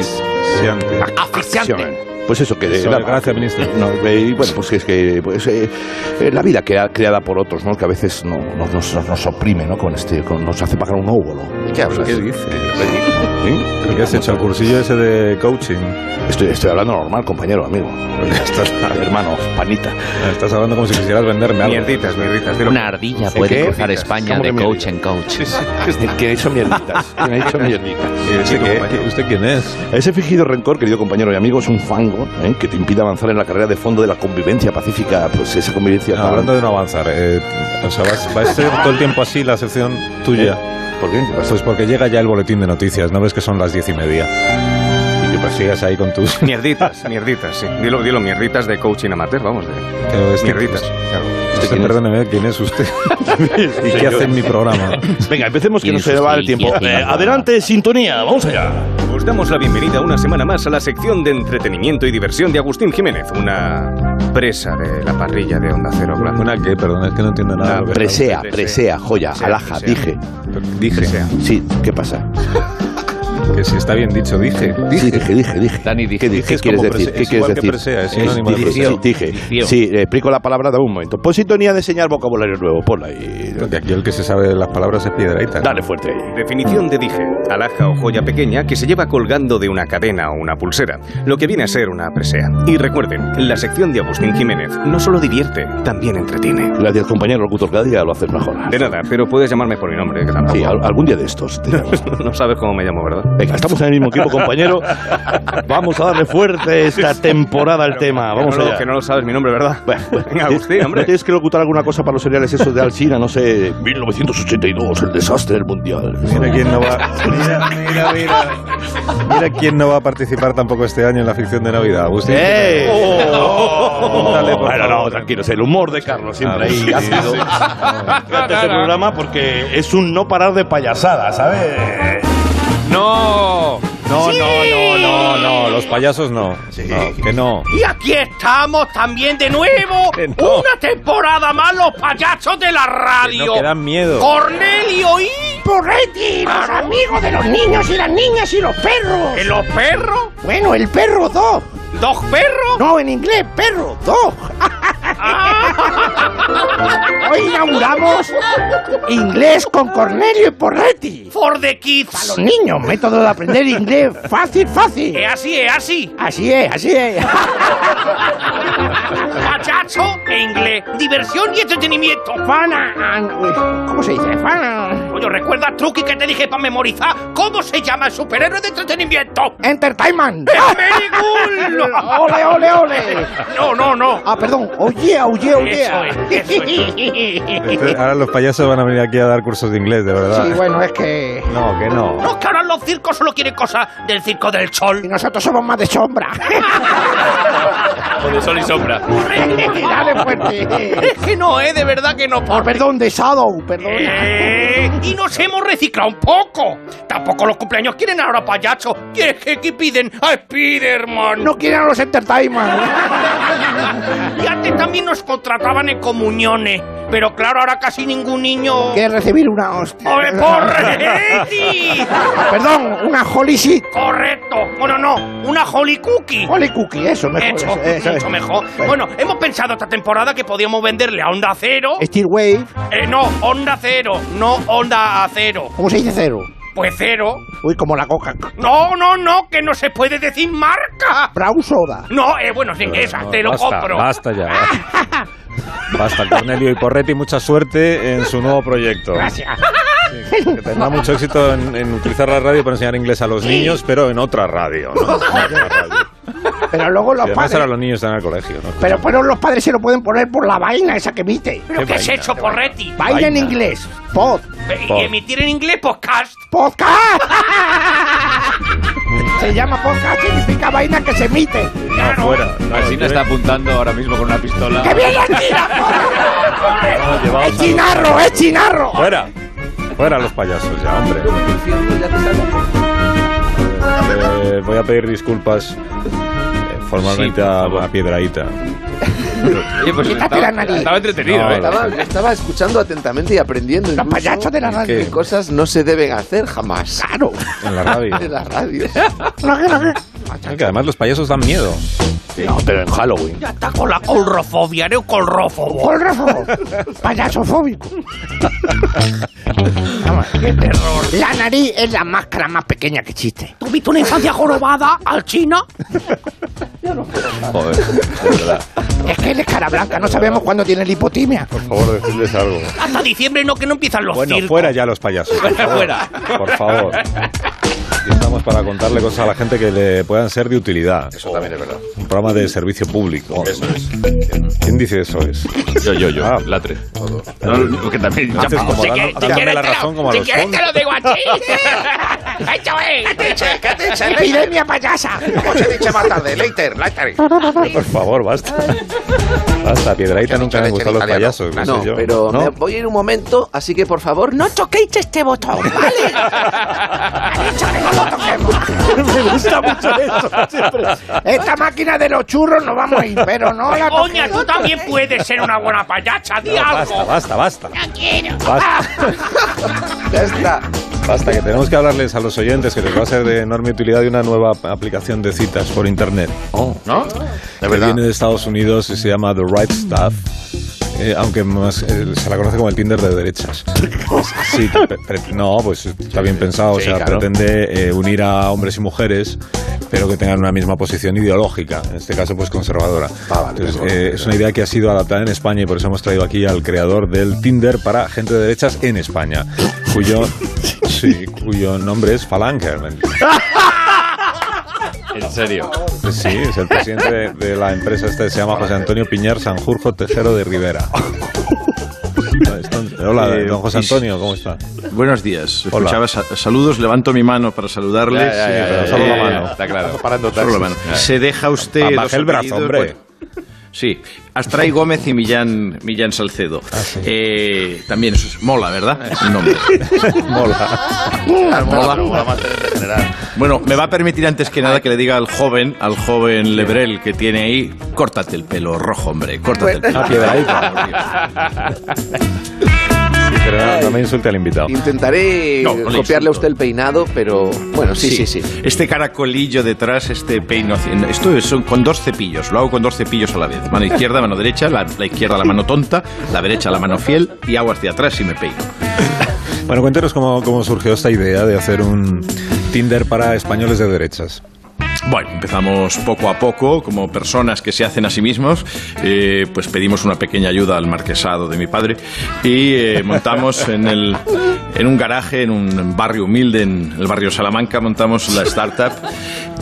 Speaker 1: asfixiante.
Speaker 4: Asfixiante. Pues eso, que de-
Speaker 1: Eso,
Speaker 4: nada.
Speaker 1: gracias, ministro.
Speaker 4: No, eh, y bueno, pues que es que pues, eh, eh, la vida crea- creada por otros, ¿no? Que a veces no- no- nos, nos, nos oprime, ¿no? Con este, con- nos hace pagar un óvulo. eh,
Speaker 6: ¿Qué hablas?
Speaker 1: dices?
Speaker 6: Oye,
Speaker 1: ¿Por qué has hecho el cursillo ese de coaching?
Speaker 4: Estoy, estoy hablando normal, compañero,
Speaker 6: [laughs]
Speaker 4: amigo. [laughs] hermano, panita.
Speaker 1: Ah, Estás hablando como si quisieras venderme algo.
Speaker 13: Mierditas, mierditas. dilo.
Speaker 2: Una ardilla
Speaker 13: ¿Qué?
Speaker 2: puede cruzar
Speaker 13: Mierditas.
Speaker 2: España
Speaker 13: ¿Cómo
Speaker 2: de
Speaker 13: que mierditas?
Speaker 2: coach en coach.
Speaker 4: Que ha hecho
Speaker 6: [laughs]
Speaker 4: mierditas. Que me ha hecho mierditas.
Speaker 1: ¿Y ese
Speaker 4: pues.
Speaker 1: qué? ¿Usted quién es?
Speaker 4: Ese fingido rencor, querido compañero y amigo, es un fango ¿eh? que te impide avanzar en la carrera de fondo de la convivencia pacífica. Pues esa convivencia.
Speaker 3: Ah,
Speaker 1: No, hablando de no avanzar, eh, o sea, va, va a ser todo el tiempo así la sección tuya.
Speaker 3: Eh,
Speaker 4: ¿Por qué? ¿Qué pasa?
Speaker 1: Pues porque llega ya el boletín de noticias, ¿no ves que son las diez y media? Y que pues sigas ahí con
Speaker 3: [laughs]
Speaker 1: tus...
Speaker 13: Mierditas, mierditas, sí. Dilo, dilo, mierditas de coaching amateur, vamos. De...
Speaker 1: Pero este-
Speaker 13: Mierditas, claro.
Speaker 1: Usted,
Speaker 4: quién es?
Speaker 1: perdóneme, ¿quién es
Speaker 3: [laughs]
Speaker 1: usted? ¿Y qué hace en mi programa?
Speaker 4: Venga, empecemos que
Speaker 2: ¿Quién
Speaker 4: no
Speaker 2: es
Speaker 4: se va
Speaker 2: usted?
Speaker 4: el tiempo.
Speaker 2: ¿Quién es?
Speaker 4: Eh, adelante, sintonía, vamos allá.
Speaker 3: Os damos la bienvenida una semana más a la sección de entretenimiento y diversión de Agustín Jiménez, una presa de la parrilla de Onda Cero. claro.
Speaker 1: ¿Una qué? Perdón, es que no entiendo nada. de lo que
Speaker 4: Presea,
Speaker 13: presea,
Speaker 4: presea, joya,
Speaker 13: presea,
Speaker 4: alhaja,
Speaker 13: presea.
Speaker 4: dije.
Speaker 1: Dije,
Speaker 4: Sí, ¿qué pasa?
Speaker 1: que si está bien dicho, dije.
Speaker 4: Sí, dije, dije, dije.
Speaker 2: Dani dice,
Speaker 4: ¿Qué, di-
Speaker 1: Dije
Speaker 4: qué
Speaker 1: es
Speaker 4: quieres
Speaker 1: como
Speaker 4: decir?
Speaker 1: prese-
Speaker 4: ¿Qué
Speaker 1: es
Speaker 4: quieres
Speaker 1: igual que
Speaker 4: decir?
Speaker 1: presea, es
Speaker 4: Sí,
Speaker 1: sinónimo de
Speaker 4: dije,
Speaker 1: presea.
Speaker 4: sí, dije.
Speaker 2: Dicio.
Speaker 4: Sí, eh, explico la palabra, dame un momento. Pues sintonía de señal vocabulario nuevo, ponla ahí.
Speaker 1: De aquí el que se sabe las palabras es piedraita.
Speaker 4: Dale fuerte ahí.
Speaker 3: Definición de dije, alhaja o joya pequeña que se lleva colgando de una cadena o una pulsera, lo que viene a ser una presea. Y recuerden, la sección de Agustín Jiménez no solo divierte, también entretiene.
Speaker 4: Gracias, compañero locutor, cada día lo haces mejor.
Speaker 3: De nada, pero puedes llamarme por mi nombre, que tampoco.
Speaker 4: Sí, al- algún día de estos. te llamo.
Speaker 3: No sabes cómo me llamo, ¿verdad?
Speaker 4: [laughs] Venga, estamos en el mismo equipo, compañero. Vamos a darle fuerte esta temporada al
Speaker 7: Ah,
Speaker 4: tema. Vamos
Speaker 3: que, no, lo-
Speaker 4: allá.
Speaker 3: que no lo sabes mi nombre, ¿verdad?
Speaker 7: [laughs]
Speaker 4: Bueno, bueno.
Speaker 3: Venga, Agustín, hombre.
Speaker 4: ¿No tienes que locutar alguna cosa para los seriales esos de Alcina? No
Speaker 7: eh,
Speaker 4: sé, 1982, el desastre del mundial.
Speaker 1: Mira quién no va. Mira, mira, mira. Mira quién no va a participar tampoco este año en la ficción de Navidad. Agustín.
Speaker 4: [laughs] ¡Eh!
Speaker 7: Oh.
Speaker 1: Dale, por
Speaker 4: bueno, no,
Speaker 1: favor.
Speaker 4: tranquilos. El humor de Carlos Oh, siempre
Speaker 1: Ah,
Speaker 4: ahí
Speaker 1: sí,
Speaker 4: ha sido. Trata este programa porque es un no parar de payasada, ¿sabes?
Speaker 12: ¡No!
Speaker 1: No, no, no, no, no. Los payasos no. No, que no.
Speaker 12: Y aquí estamos también de nuevo.
Speaker 2: [laughs]
Speaker 1: Que no.
Speaker 12: Una temporada más los payasos de la
Speaker 1: Que
Speaker 12: radio.
Speaker 1: no, que dan miedo.
Speaker 12: Cornelio y Porretti, los amigos de los niños y las niñas y los perros. ¿Y los perros?
Speaker 14: Bueno, el perro dog.
Speaker 12: ¿Dos perros?
Speaker 14: No, en inglés, perro dog. Hoy inauguramos inglés con Cornelio y Porretti.
Speaker 12: For the kids.
Speaker 14: Los niños, método de aprender inglés fácil, fácil.
Speaker 12: Es así, es así.
Speaker 14: Así es, así es.
Speaker 12: Payaso e inglés. Diversión y entretenimiento. eh,
Speaker 14: Fan and- uy, ¿Cómo se dice? Fan.
Speaker 12: Coño, recuerda el truqui que te dije para memorizar cómo se llama el superhéroe de entretenimiento. ¡Eh,
Speaker 14: Entertainment.
Speaker 12: ¡Amerigulo!
Speaker 14: [laughs] Ole, ole, ole.
Speaker 12: No, no, no.
Speaker 14: Ah, perdón. Oye, oye, oye.
Speaker 12: Eso es, eso
Speaker 14: [laughs]
Speaker 12: es.
Speaker 1: Este- ahora los payasos van a venir aquí a dar cursos de inglés, de verdad.
Speaker 14: Sí, bueno, es que.
Speaker 1: No, que no.
Speaker 12: No, que ahora los circos solo quieren cosas del circo del
Speaker 14: Y
Speaker 12: sol.
Speaker 14: nosotros somos más de sombra.
Speaker 12: [laughs]
Speaker 2: O de sol y sombra.
Speaker 14: [laughs] Dale fuerte.
Speaker 12: Es que no, ¿eh? De verdad que no,
Speaker 14: Ah,
Speaker 12: por
Speaker 14: perdón, de Shadow, perdona.
Speaker 12: Eh, Y nos hemos reciclado un poco. Tampoco los cumpleaños quieren ahora payaso. ¿Quieres que, que piden a Spiderman?
Speaker 14: No quieren a los
Speaker 12: [laughs]
Speaker 14: Entertainment.
Speaker 12: Y antes también nos contrataban en comuniones. Pero claro, ahora casi ningún niño...
Speaker 14: Quieren recibir una hostia. [laughs]
Speaker 12: ¡Ole, porretti!
Speaker 14: Perdón, una Holy Shit.
Speaker 12: Correcto. Bueno, no, una Holy Cookie.
Speaker 14: Holy Cookie, eso mejor.
Speaker 12: Hecho,
Speaker 14: eso, eso,
Speaker 12: mucho
Speaker 14: eso.
Speaker 12: mejor.
Speaker 14: Bueno,
Speaker 12: Bueno, hemos pensado esta temporada que podíamos venderle a Onda Cero.
Speaker 14: Steel Wave,
Speaker 12: Eh, no, Onda Cero, no Onda a Cero.
Speaker 14: ¿cómo se dice cero?
Speaker 12: Pues cero.
Speaker 14: Uy, como la coca.
Speaker 12: No, no, no, que no se puede decir marca.
Speaker 14: Brown Soda.
Speaker 12: No, eh, bueno, sí, esa,
Speaker 1: No,
Speaker 12: te lo
Speaker 1: basta,
Speaker 12: compro. Ah,
Speaker 14: [laughs]
Speaker 1: Basta ya. basta. Basta, Cornelio y Porretti, mucha suerte en su nuevo proyecto.
Speaker 14: Gracias.
Speaker 1: Que tendrá Pues mucho éxito en, en utilizar la radio para enseñar inglés a los niños, pero en otra radio.
Speaker 14: [laughs]
Speaker 1: ¿no?
Speaker 14: Pero luego
Speaker 1: Y
Speaker 14: los
Speaker 1: además
Speaker 14: padres.
Speaker 1: ahora los niños están en el colegio. ¿no?
Speaker 14: Pero pero los padres se lo pueden poner por la vaina esa que emite.
Speaker 12: ¿Pero qué,
Speaker 1: Qué
Speaker 12: has
Speaker 1: vaina,
Speaker 12: hecho, Porretti?
Speaker 14: Vaina, en inglés. Pod.
Speaker 12: Eh,
Speaker 1: Por-
Speaker 12: Y emitir en inglés podcast. [laughs]
Speaker 14: Podcast. se llama podcast, significa vaina que se emite.
Speaker 12: Claro.
Speaker 1: Fuera. No,
Speaker 2: Así [laughs] no
Speaker 1: yo-
Speaker 2: está apuntando ahora mismo con una pistola.
Speaker 14: ¡Que viene el chinarro! ¡Es chinarro, es chinarro!
Speaker 1: Fuera. Fuera los payasos ya, hombre. Eh, voy a pedir disculpas eh, formalmente
Speaker 2: Sí, por
Speaker 1: a,
Speaker 2: favor.
Speaker 1: a Piedraíta.
Speaker 2: Oye, pues
Speaker 14: Quítate la nariz.
Speaker 2: estaba entretenido,
Speaker 1: No,
Speaker 2: ¿eh?
Speaker 1: no.
Speaker 14: Estaba-
Speaker 2: estaba
Speaker 14: escuchando atentamente
Speaker 7: y aprendiendo
Speaker 14: Los
Speaker 7: incluso
Speaker 14: payasos de la radio.
Speaker 1: ¿Qué?
Speaker 7: cosas no se deben hacer jamás
Speaker 14: Claro.
Speaker 2: [laughs]
Speaker 1: En la radio.
Speaker 7: en las radios. [laughs]
Speaker 1: Es que además los payasos dan miedo.
Speaker 4: No, pero en Halloween.
Speaker 11: Ya está con la colrofobia, eres un colrófobo.
Speaker 15: Colrófobo.
Speaker 11: [laughs]
Speaker 15: Payasofóbico. Vamos, qué terror. La nariz es la máscara más pequeña que existe.
Speaker 11: ¿Tuviste una infancia jorobada al chino?
Speaker 4: Joder, de verdad.
Speaker 15: Es que él es cara blanca, no sabemos cuándo tiene lipotimia.
Speaker 4: Por favor, decirles algo.
Speaker 11: Hasta diciembre no, que no empiezan los
Speaker 1: Bueno,
Speaker 11: circos.
Speaker 1: fuera ya los payasos. Por favor.
Speaker 11: Fuera.
Speaker 1: Por favor. Aquí Estamos para contarle cosas a la gente que le puedan ser de utilidad.
Speaker 6: Eso también es verdad.
Speaker 1: Un programa de servicio público.
Speaker 6: Eso es.
Speaker 1: ¿Quién dice eso es? Ah.
Speaker 16: Yo, yo, yo. Latre. No, que también.
Speaker 1: Haces
Speaker 16: Ya,
Speaker 1: como
Speaker 16: si
Speaker 1: dan-
Speaker 16: quieres- si
Speaker 1: dándome
Speaker 16: quieres
Speaker 1: la
Speaker 16: te lo-
Speaker 1: razón como a
Speaker 16: si
Speaker 1: los
Speaker 16: quieres
Speaker 1: fondos.
Speaker 16: te lo digo [laughs]
Speaker 15: a ti.
Speaker 11: ¡Eso es!
Speaker 15: ¡Cállate, ¡Epidemia payasa!
Speaker 6: Como se dice más tarde, later, later.
Speaker 1: Por favor, basta. Basta, Piedrahita nunca me han gustado los payasos. qué
Speaker 7: No,
Speaker 1: sé yo.
Speaker 7: pero
Speaker 1: ¿No?
Speaker 7: me voy a ir un momento, así que por favor no toquéis este botón, ¿vale? Ha dicho que no lo toquemos.
Speaker 15: Me gusta mucho esto. siempre. Esta máquina de los churros no vamos a ir, pero no la
Speaker 11: Coña, tú también puedes ser una buena payacha, di
Speaker 1: No,
Speaker 11: algo.
Speaker 1: basta, basta, basta.
Speaker 11: Quiero.
Speaker 1: Basta.
Speaker 7: Ya está.
Speaker 1: Basta, que tenemos que hablarles a los oyentes que les va a ser de enorme utilidad de una nueva aplicación de citas por internet.
Speaker 6: ¿No?
Speaker 1: que viene de Estados Unidos y se llama The Right Stuff. eh, aunque más, eh, se la conoce como el Tinder de
Speaker 6: [laughs]
Speaker 1: derechas. Sí, que pre- pre- no, pues está bien pensado. o
Speaker 6: Sí,
Speaker 1: sea,
Speaker 6: claro.
Speaker 1: pretende eh, unir a hombres y mujeres, pero que tengan una misma posición ideológica, en este caso, pues conservadora.
Speaker 6: Ah,
Speaker 1: Entonces,
Speaker 6: pues,
Speaker 1: eh, es una idea que ha sido adaptada en España y por eso hemos traído aquí al creador del Tinder para gente de derechas en España,
Speaker 6: [laughs]
Speaker 1: cuyo, sí, cuyo nombre es Falanger.
Speaker 16: En serio.
Speaker 1: Sí, es el presidente de, de la empresa esta que se llama José Antonio Piñar Sanjurjo Tejero de Rivera. Hola,
Speaker 2: Eh,
Speaker 1: don José
Speaker 2: y-
Speaker 1: Antonio, ¿cómo está?
Speaker 2: Buenos días.
Speaker 1: Hola.
Speaker 2: Escuchaba sa- saludos, levanto mi mano para saludarles. Eh,
Speaker 1: Ya, ya, ya, ya, solo la mano.
Speaker 16: Está claro.
Speaker 6: Parando
Speaker 2: Solo la mano. Se deja usted.
Speaker 1: Baja
Speaker 2: los
Speaker 1: el brazo,
Speaker 2: apellidos,
Speaker 1: hombre.
Speaker 2: bueno, sí, Astray Gómez y Millán, Millán Salcedo.
Speaker 1: Ah,
Speaker 2: Eh, también eso es- mola, ¿verdad? Es un nombre.
Speaker 1: [laughs] Mola.
Speaker 2: Bueno, me va a permitir antes que nada que le diga al joven, al joven Lebrel que tiene ahí, córtate el pelo rojo, hombre, córtate el pelo.
Speaker 1: Ah, Piedrahita. Sí, pero no, no me insulte al invitado.
Speaker 7: Intentaré
Speaker 2: No, no le
Speaker 7: copiarle a usted el peinado, pero bueno, sí, sí, sí.
Speaker 2: Este caracolillo detrás, este peino. hacia- Esto es son con dos cepillos, lo hago con dos cepillos a la vez. Mano izquierda, mano derecha, la, la izquierda la mano tonta, la derecha la mano fiel y hago hacia atrás y me peino.
Speaker 1: Bueno, cuéntanos cómo, cómo surgió esta idea de hacer un Tinder para españoles de derechas.
Speaker 2: Bueno, empezamos poco a poco, como personas que se hacen a sí mismos, eh, pues pedimos una pequeña ayuda al marquesado de mi padre y eh, montamos en, el, en un garaje, en un barrio humilde, en el barrio Salamanca, montamos la startup.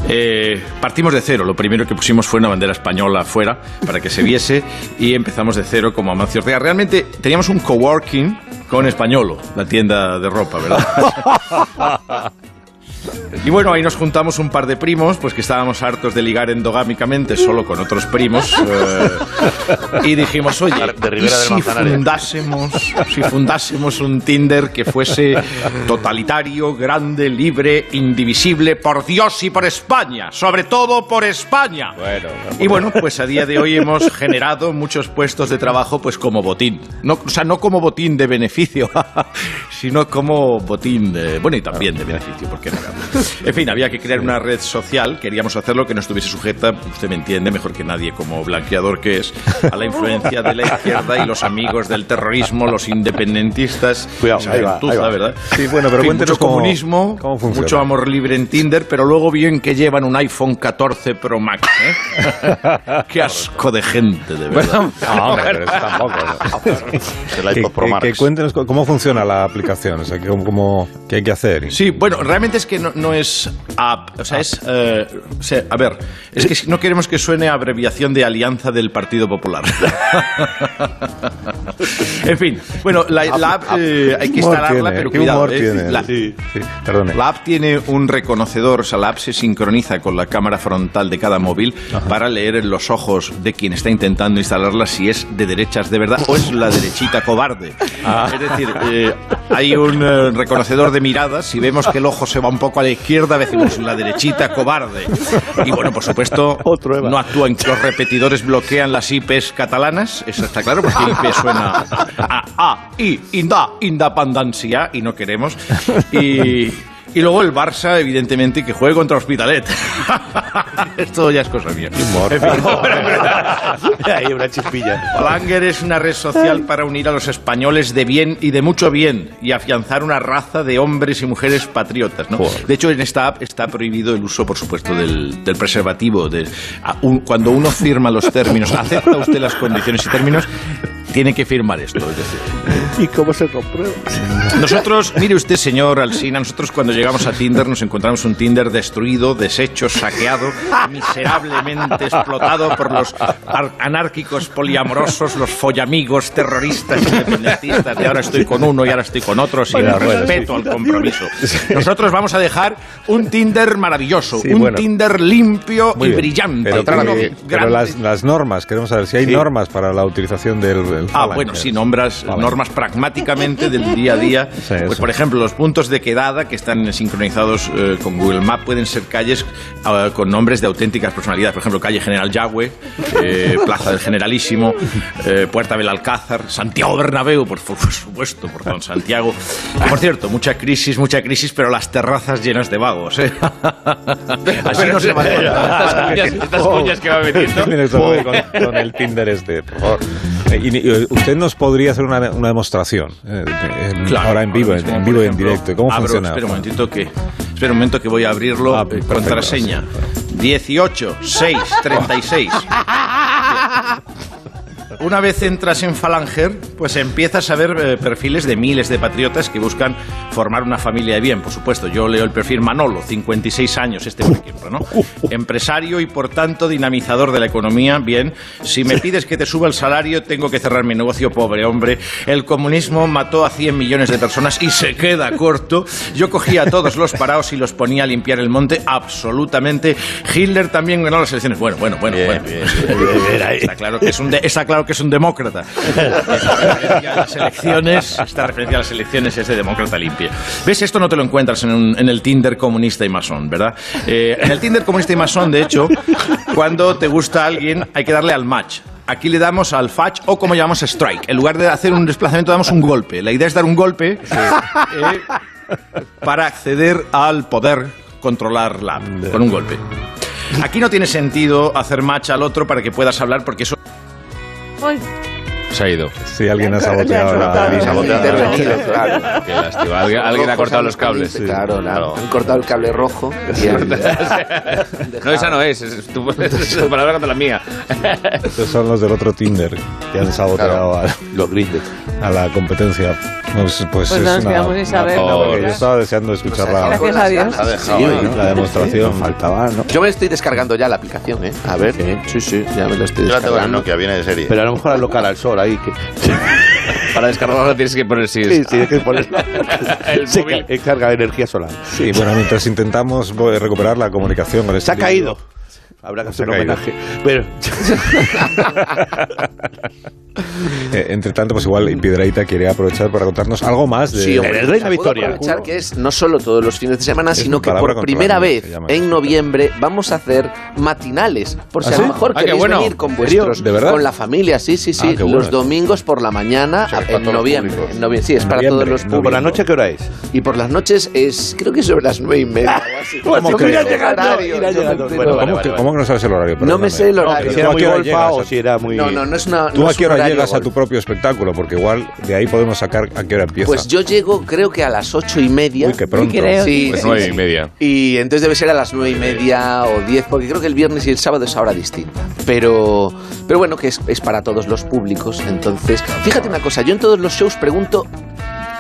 Speaker 2: Eh, partimos de cero, lo primero que pusimos fue una bandera española afuera para que se viese y empezamos de cero como Amancio Ortega. Realmente teníamos un coworking con Españolo, la tienda de ropa, ¿verdad? Y bueno, ahí nos juntamos un par de primos, pues que estábamos hartos de ligar endogámicamente solo con otros
Speaker 6: [laughs]
Speaker 2: primos. eh, y dijimos, oye,
Speaker 6: De
Speaker 2: ¿y
Speaker 6: Ribera del
Speaker 2: si
Speaker 6: Manzanares.
Speaker 2: fundásemos, si fundásemos un Tinder que fuese totalitario, grande, libre, indivisible, por Dios y por España, sobre todo por España. Y bueno, pues a día de hoy hemos generado muchos puestos de trabajo pues como botín. No, o sea, no como botín de beneficio, [laughs] sino como botín de... Bueno, y también de beneficio, porque no? En fin, había que crear una red social, queríamos hacerlo que no estuviese sujeta, usted me entiende mejor que nadie como blanqueador que es, a la influencia de la izquierda y los amigos del terrorismo, los independentistas,
Speaker 1: Cuidado,
Speaker 2: esa
Speaker 1: ahí va,
Speaker 2: gentuza,
Speaker 1: ahí va.
Speaker 2: ¿verdad?
Speaker 1: Sí, bueno, pero
Speaker 2: En fin,
Speaker 1: cuéntenos
Speaker 2: mucho
Speaker 1: cómo-
Speaker 2: comunismo,
Speaker 1: cómo funciona.
Speaker 2: mucho amor libre en Tinder, pero luego bien que llevan un iPhone 14 Pro Max, ¿eh? Qué asco de gente, de verdad.
Speaker 1: Bueno, no, hombre, pero eso tampoco,
Speaker 6: la
Speaker 1: Que,
Speaker 6: iPod Pro
Speaker 1: que-
Speaker 6: Max.
Speaker 1: que cuéntenos co- cómo funciona la aplicación, o sea, que- cómo- cómo- qué hay que hacer.
Speaker 2: Sí, bueno, realmente es que no, no es app, o sea, es... eh, o sea, a ver, es que no queremos que suene a abreviación de Alianza del Partido Popular. [laughs] en fin, bueno, la, la app eh, hay
Speaker 1: ¿Qué
Speaker 2: que
Speaker 1: humor
Speaker 2: instalarla,
Speaker 1: tiene?
Speaker 2: pero
Speaker 1: ¿Qué
Speaker 2: cuidado.
Speaker 1: humor
Speaker 2: eh,
Speaker 1: tiene?
Speaker 2: la-
Speaker 1: Sí, sí, perdone.
Speaker 2: La app tiene un reconocedor, o sea, la app se sincroniza con la cámara frontal de cada móvil para leer en los ojos de quien está intentando instalarla si es de derechas de verdad o es la derechita cobarde. Es decir, eh, hay un eh, reconocedor de miradas, si vemos que el ojo se va un poco a la izquierda, decimos la derechita cobarde. Y bueno, por supuesto, no actúan, los repetidores bloquean las IPs catalanas, eso está claro, porque IP suena a, a, I, inda, inda pandancia, y no queremos. Y, Y luego el Barça, evidentemente, que juegue contra Hospitalet. [laughs] Esto ya es cosa mía. En [laughs] fin, Hay una chispilla. Balanger es una red social para unir a los españoles de bien y de mucho bien y afianzar una raza de hombres y mujeres patriotas. ¿no?
Speaker 16: Joder.
Speaker 2: De hecho, en esta app está prohibido el uso, por supuesto, del, del preservativo. de- a- un- cuando uno firma los términos, acepta usted las condiciones y términos, tiene que firmar esto. Es decir,
Speaker 15: ¿Y cómo se comprueba?
Speaker 2: nosotros, mire usted, señor Alsina, nosotros cuando llegamos a Tinder nos encontramos un Tinder destruido, deshecho, saqueado, miserablemente explotado por los ar- anárquicos poliamorosos, los follamigos, terroristas, independentistas. Y ahora estoy con uno y ahora estoy con otro, sin
Speaker 16: Bueno, bueno,
Speaker 2: respeto
Speaker 16: sí.
Speaker 2: al compromiso. Nosotros vamos a dejar un Tinder maravilloso,
Speaker 1: Sí,
Speaker 2: un
Speaker 1: bueno.
Speaker 2: Tinder limpio
Speaker 1: Muy
Speaker 2: y
Speaker 1: bien.
Speaker 2: brillante.
Speaker 1: Pero,
Speaker 2: uno
Speaker 1: claro, que-
Speaker 2: grande.
Speaker 1: pero las, las normas, queremos saber si hay
Speaker 2: Sí.
Speaker 1: normas para la utilización del. del
Speaker 2: Ah,
Speaker 1: Falange. [laughs]
Speaker 2: bueno, sí, nombras normas pragmáticamente del día a día.
Speaker 1: Sí,
Speaker 2: pues,
Speaker 1: sí.
Speaker 2: por ejemplo, los puntos de quedada que están sincronizados eh, con Google Maps pueden ser calles ah, con nombres de auténticas personalidades. Por ejemplo, calle General Yagüe,
Speaker 1: [laughs]
Speaker 2: eh, Plaza del Generalísimo, eh, Puerta del Alcázar, Santiago Bernabéu, por, fu- por supuesto, por don Santiago. Por cierto, mucha crisis, mucha crisis, pero las terrazas llenas de vagos. ¿eh? [laughs] Así no se va
Speaker 16: [laughs] Estas cuñas- estas cuñas que va metiendo.
Speaker 1: Mira, esto fue con, con el Tinder este, por favor. Eh, y- y usted nos podría hacer una, una demostración eh, de- en-
Speaker 2: Claro,
Speaker 1: ahora en vivo, en,
Speaker 2: mismo,
Speaker 1: en
Speaker 2: por
Speaker 1: vivo y en
Speaker 2: ejemplo,
Speaker 1: directo. ¿Cómo
Speaker 2: abro,
Speaker 1: funciona?
Speaker 2: Espera un momentito que, espera un momento que voy a abrirlo. eh, contraseña 18 6 36. [laughs] Una vez entras en Falanger, pues empiezas a ver eh, perfiles de miles de patriotas que buscan formar una familia de bien, por supuesto. Yo leo el perfil Manolo, 56 años este, por ejemplo, ¿no? Empresario y, por tanto, dinamizador de la economía, bien. Si me pides que te suba el salario, tengo que cerrar mi negocio, pobre hombre. El comunismo mató a 100 millones de personas y se queda corto. Yo cogía a todos los parados y los ponía a limpiar el monte, absolutamente. Hitler también ganó las elecciones. Bueno, bueno, bueno, bueno. Está claro que es un, de- está claro que es un demócrata. Esta referencia a las elecciones, esta referencia a las elecciones es de demócrata limpio. ¿Ves? Esto no te lo encuentras en, un- en el Tinder comunista y masón, ¿verdad? Eh, en el Tinder comunista y masón, de hecho, cuando te gusta alguien hay que darle al match. Aquí le damos al fetch o como llamamos strike. En lugar de hacer un desplazamiento damos un golpe. La idea es dar un golpe eh, para acceder al poder controlar la app con un golpe. Aquí no tiene sentido hacer match al otro para que puedas hablar porque eso
Speaker 16: Se ha ido.
Speaker 1: Sí, alguien ha saboteado la
Speaker 16: Ha saboteado.
Speaker 7: Intervenido, claro.
Speaker 16: Qué lástima. Alguien, alguien ha cortado los cables.
Speaker 7: Claro, claro. Han cortado el cable rojo. y
Speaker 16: No, esa
Speaker 12: Ah.
Speaker 16: no es. es
Speaker 12: [laughs]
Speaker 16: tu, es tu palabra contra la mía.
Speaker 1: Estos son los del otro Tinder que han saboteado
Speaker 7: eh,
Speaker 1: a, los a la competencia. Pues,
Speaker 17: Pues
Speaker 1: pues
Speaker 17: no
Speaker 1: es
Speaker 17: nos
Speaker 1: una,
Speaker 17: quedamos sin saber,
Speaker 1: una-
Speaker 17: ¿no?
Speaker 1: Yo
Speaker 17: Porque- Pues,
Speaker 1: estaba deseando escucharla.
Speaker 17: Gracias a Dios.
Speaker 1: La, demostración.
Speaker 7: faltaba, ¿no? Yo me estoy descargando ya la aplicación, ¿eh? A ver. Sí, sí, ya me lo estoy
Speaker 6: Yo la tengo en el
Speaker 7: descargando.
Speaker 6: Nokia, viene de serie.
Speaker 4: Pero a lo mejor al local al sol ahí. Que...
Speaker 16: Para descargarlo tienes que poner si
Speaker 4: Sí, sí, hay que ponerlo. Se ca- es carga de energía solar.
Speaker 1: Sí, bueno, mientras intentamos eh, recuperar la comunicación con este
Speaker 4: Se ha
Speaker 1: individuo.
Speaker 4: caído. Habrá que
Speaker 1: Se
Speaker 4: hacer
Speaker 1: ha
Speaker 4: un
Speaker 1: caído.
Speaker 4: homenaje. Pero.
Speaker 1: Eh, entre tanto, pues igual Piedraita quiere aprovechar para contarnos algo más de
Speaker 7: Sí, hombre, puedo aprovechar que es no solo todos los fines de semana,
Speaker 1: Es
Speaker 7: sino
Speaker 1: una
Speaker 7: que
Speaker 1: palabra
Speaker 7: por primera
Speaker 1: controlable,
Speaker 7: vez
Speaker 1: se llama ¿eh?
Speaker 7: en noviembre vamos a hacer matinales. Por si
Speaker 1: ¿Ah,
Speaker 7: a lo
Speaker 1: sí?
Speaker 7: mejor
Speaker 1: Ah, qué
Speaker 7: queréis
Speaker 1: bueno.
Speaker 7: venir con
Speaker 1: ¿En serio?
Speaker 7: vuestros,
Speaker 1: ¿De verdad?
Speaker 7: con la familia, sí, sí, sí.
Speaker 1: Ah, qué bueno
Speaker 7: los
Speaker 1: esto.
Speaker 7: domingos por la mañana eh, en noviembre. en novie- sí, es para
Speaker 1: Noviembre,
Speaker 7: todos los
Speaker 1: noviembre.
Speaker 7: públicos.
Speaker 1: ¿Por la noche
Speaker 7: qué hora es? Y por las noches es, creo que es sobre las nueve y media. o así.
Speaker 1: [laughs] ¿Cómo
Speaker 7: Yo
Speaker 1: crees?
Speaker 7: mira llegando,
Speaker 4: Horario,
Speaker 7: mira
Speaker 4: yo me
Speaker 7: llegando.
Speaker 4: entero.
Speaker 1: ¿Cómo, que, cómo que no sabes el horario?
Speaker 7: No me sé el horario.
Speaker 1: pero
Speaker 7: Si era
Speaker 1: ¿tú a
Speaker 7: muy
Speaker 1: qué hora
Speaker 7: golfa
Speaker 1: llegas
Speaker 7: o
Speaker 1: a-
Speaker 7: si era muy- No, no, no es una-
Speaker 1: ¿Tú
Speaker 7: no
Speaker 1: a
Speaker 7: es
Speaker 1: qué hora
Speaker 7: horario
Speaker 1: llegas a
Speaker 7: golf.
Speaker 1: tu propio espectáculo? Porque igual de ahí podemos sacar a qué hora empieza.
Speaker 7: Pues yo llego creo que a las ocho y media.
Speaker 1: Uy, qué pronto.
Speaker 7: Creo. Sí,
Speaker 1: Pues
Speaker 7: sí,
Speaker 1: nueve
Speaker 7: sí.
Speaker 1: y media.
Speaker 7: Y entonces debe ser a las nueve y media o diez, porque creo que el viernes y el sábado es hora distinta. Pero, pero bueno, que es, es para todos los públicos. Entonces, fíjate una cosa, yo en todos los shows pregunto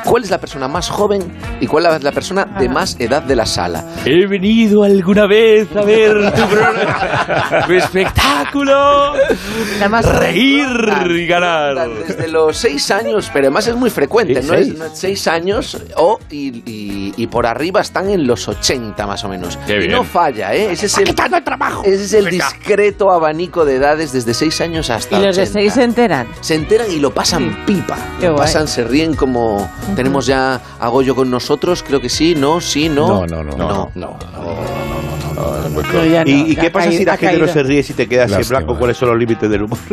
Speaker 7: cuál es la persona más joven y cuál es la persona de más edad de la sala.
Speaker 16: He venido alguna vez a ver tu,
Speaker 1: [laughs]
Speaker 16: pro- tu espectáculo. Reír y ganar.
Speaker 7: Desde los seis años, pero además es muy frecuente,
Speaker 16: Sí,
Speaker 7: ¿no? Es
Speaker 16: seis.
Speaker 7: no es seis años o, y, y- y por arriba están en los 80 más o menos.
Speaker 16: Qué
Speaker 7: Y
Speaker 16: bien.
Speaker 7: no falla, ¿eh? Ese es el, trabajo. Ese es el discreto abanico de edades desde seis años hasta
Speaker 17: Y los de
Speaker 7: 80.
Speaker 17: seis se enteran.
Speaker 7: Se enteran y lo pasan pipa.
Speaker 17: Mm. Qué
Speaker 7: Lo
Speaker 17: guay.
Speaker 7: pasan, se ríen como... Tenemos ya a Goyo con nosotros, creo que sí, no, sí, no.
Speaker 1: No, no, no.
Speaker 7: No,
Speaker 17: Pero ya no,
Speaker 4: ¿Y, y
Speaker 17: ya
Speaker 4: qué pasa
Speaker 17: caído,
Speaker 4: si la
Speaker 17: ha
Speaker 4: gente no
Speaker 17: caído.
Speaker 4: se ríe si te quedas en
Speaker 1: Lástima.
Speaker 4: blanco? ¿Cuáles son los límites del humor? [laughs]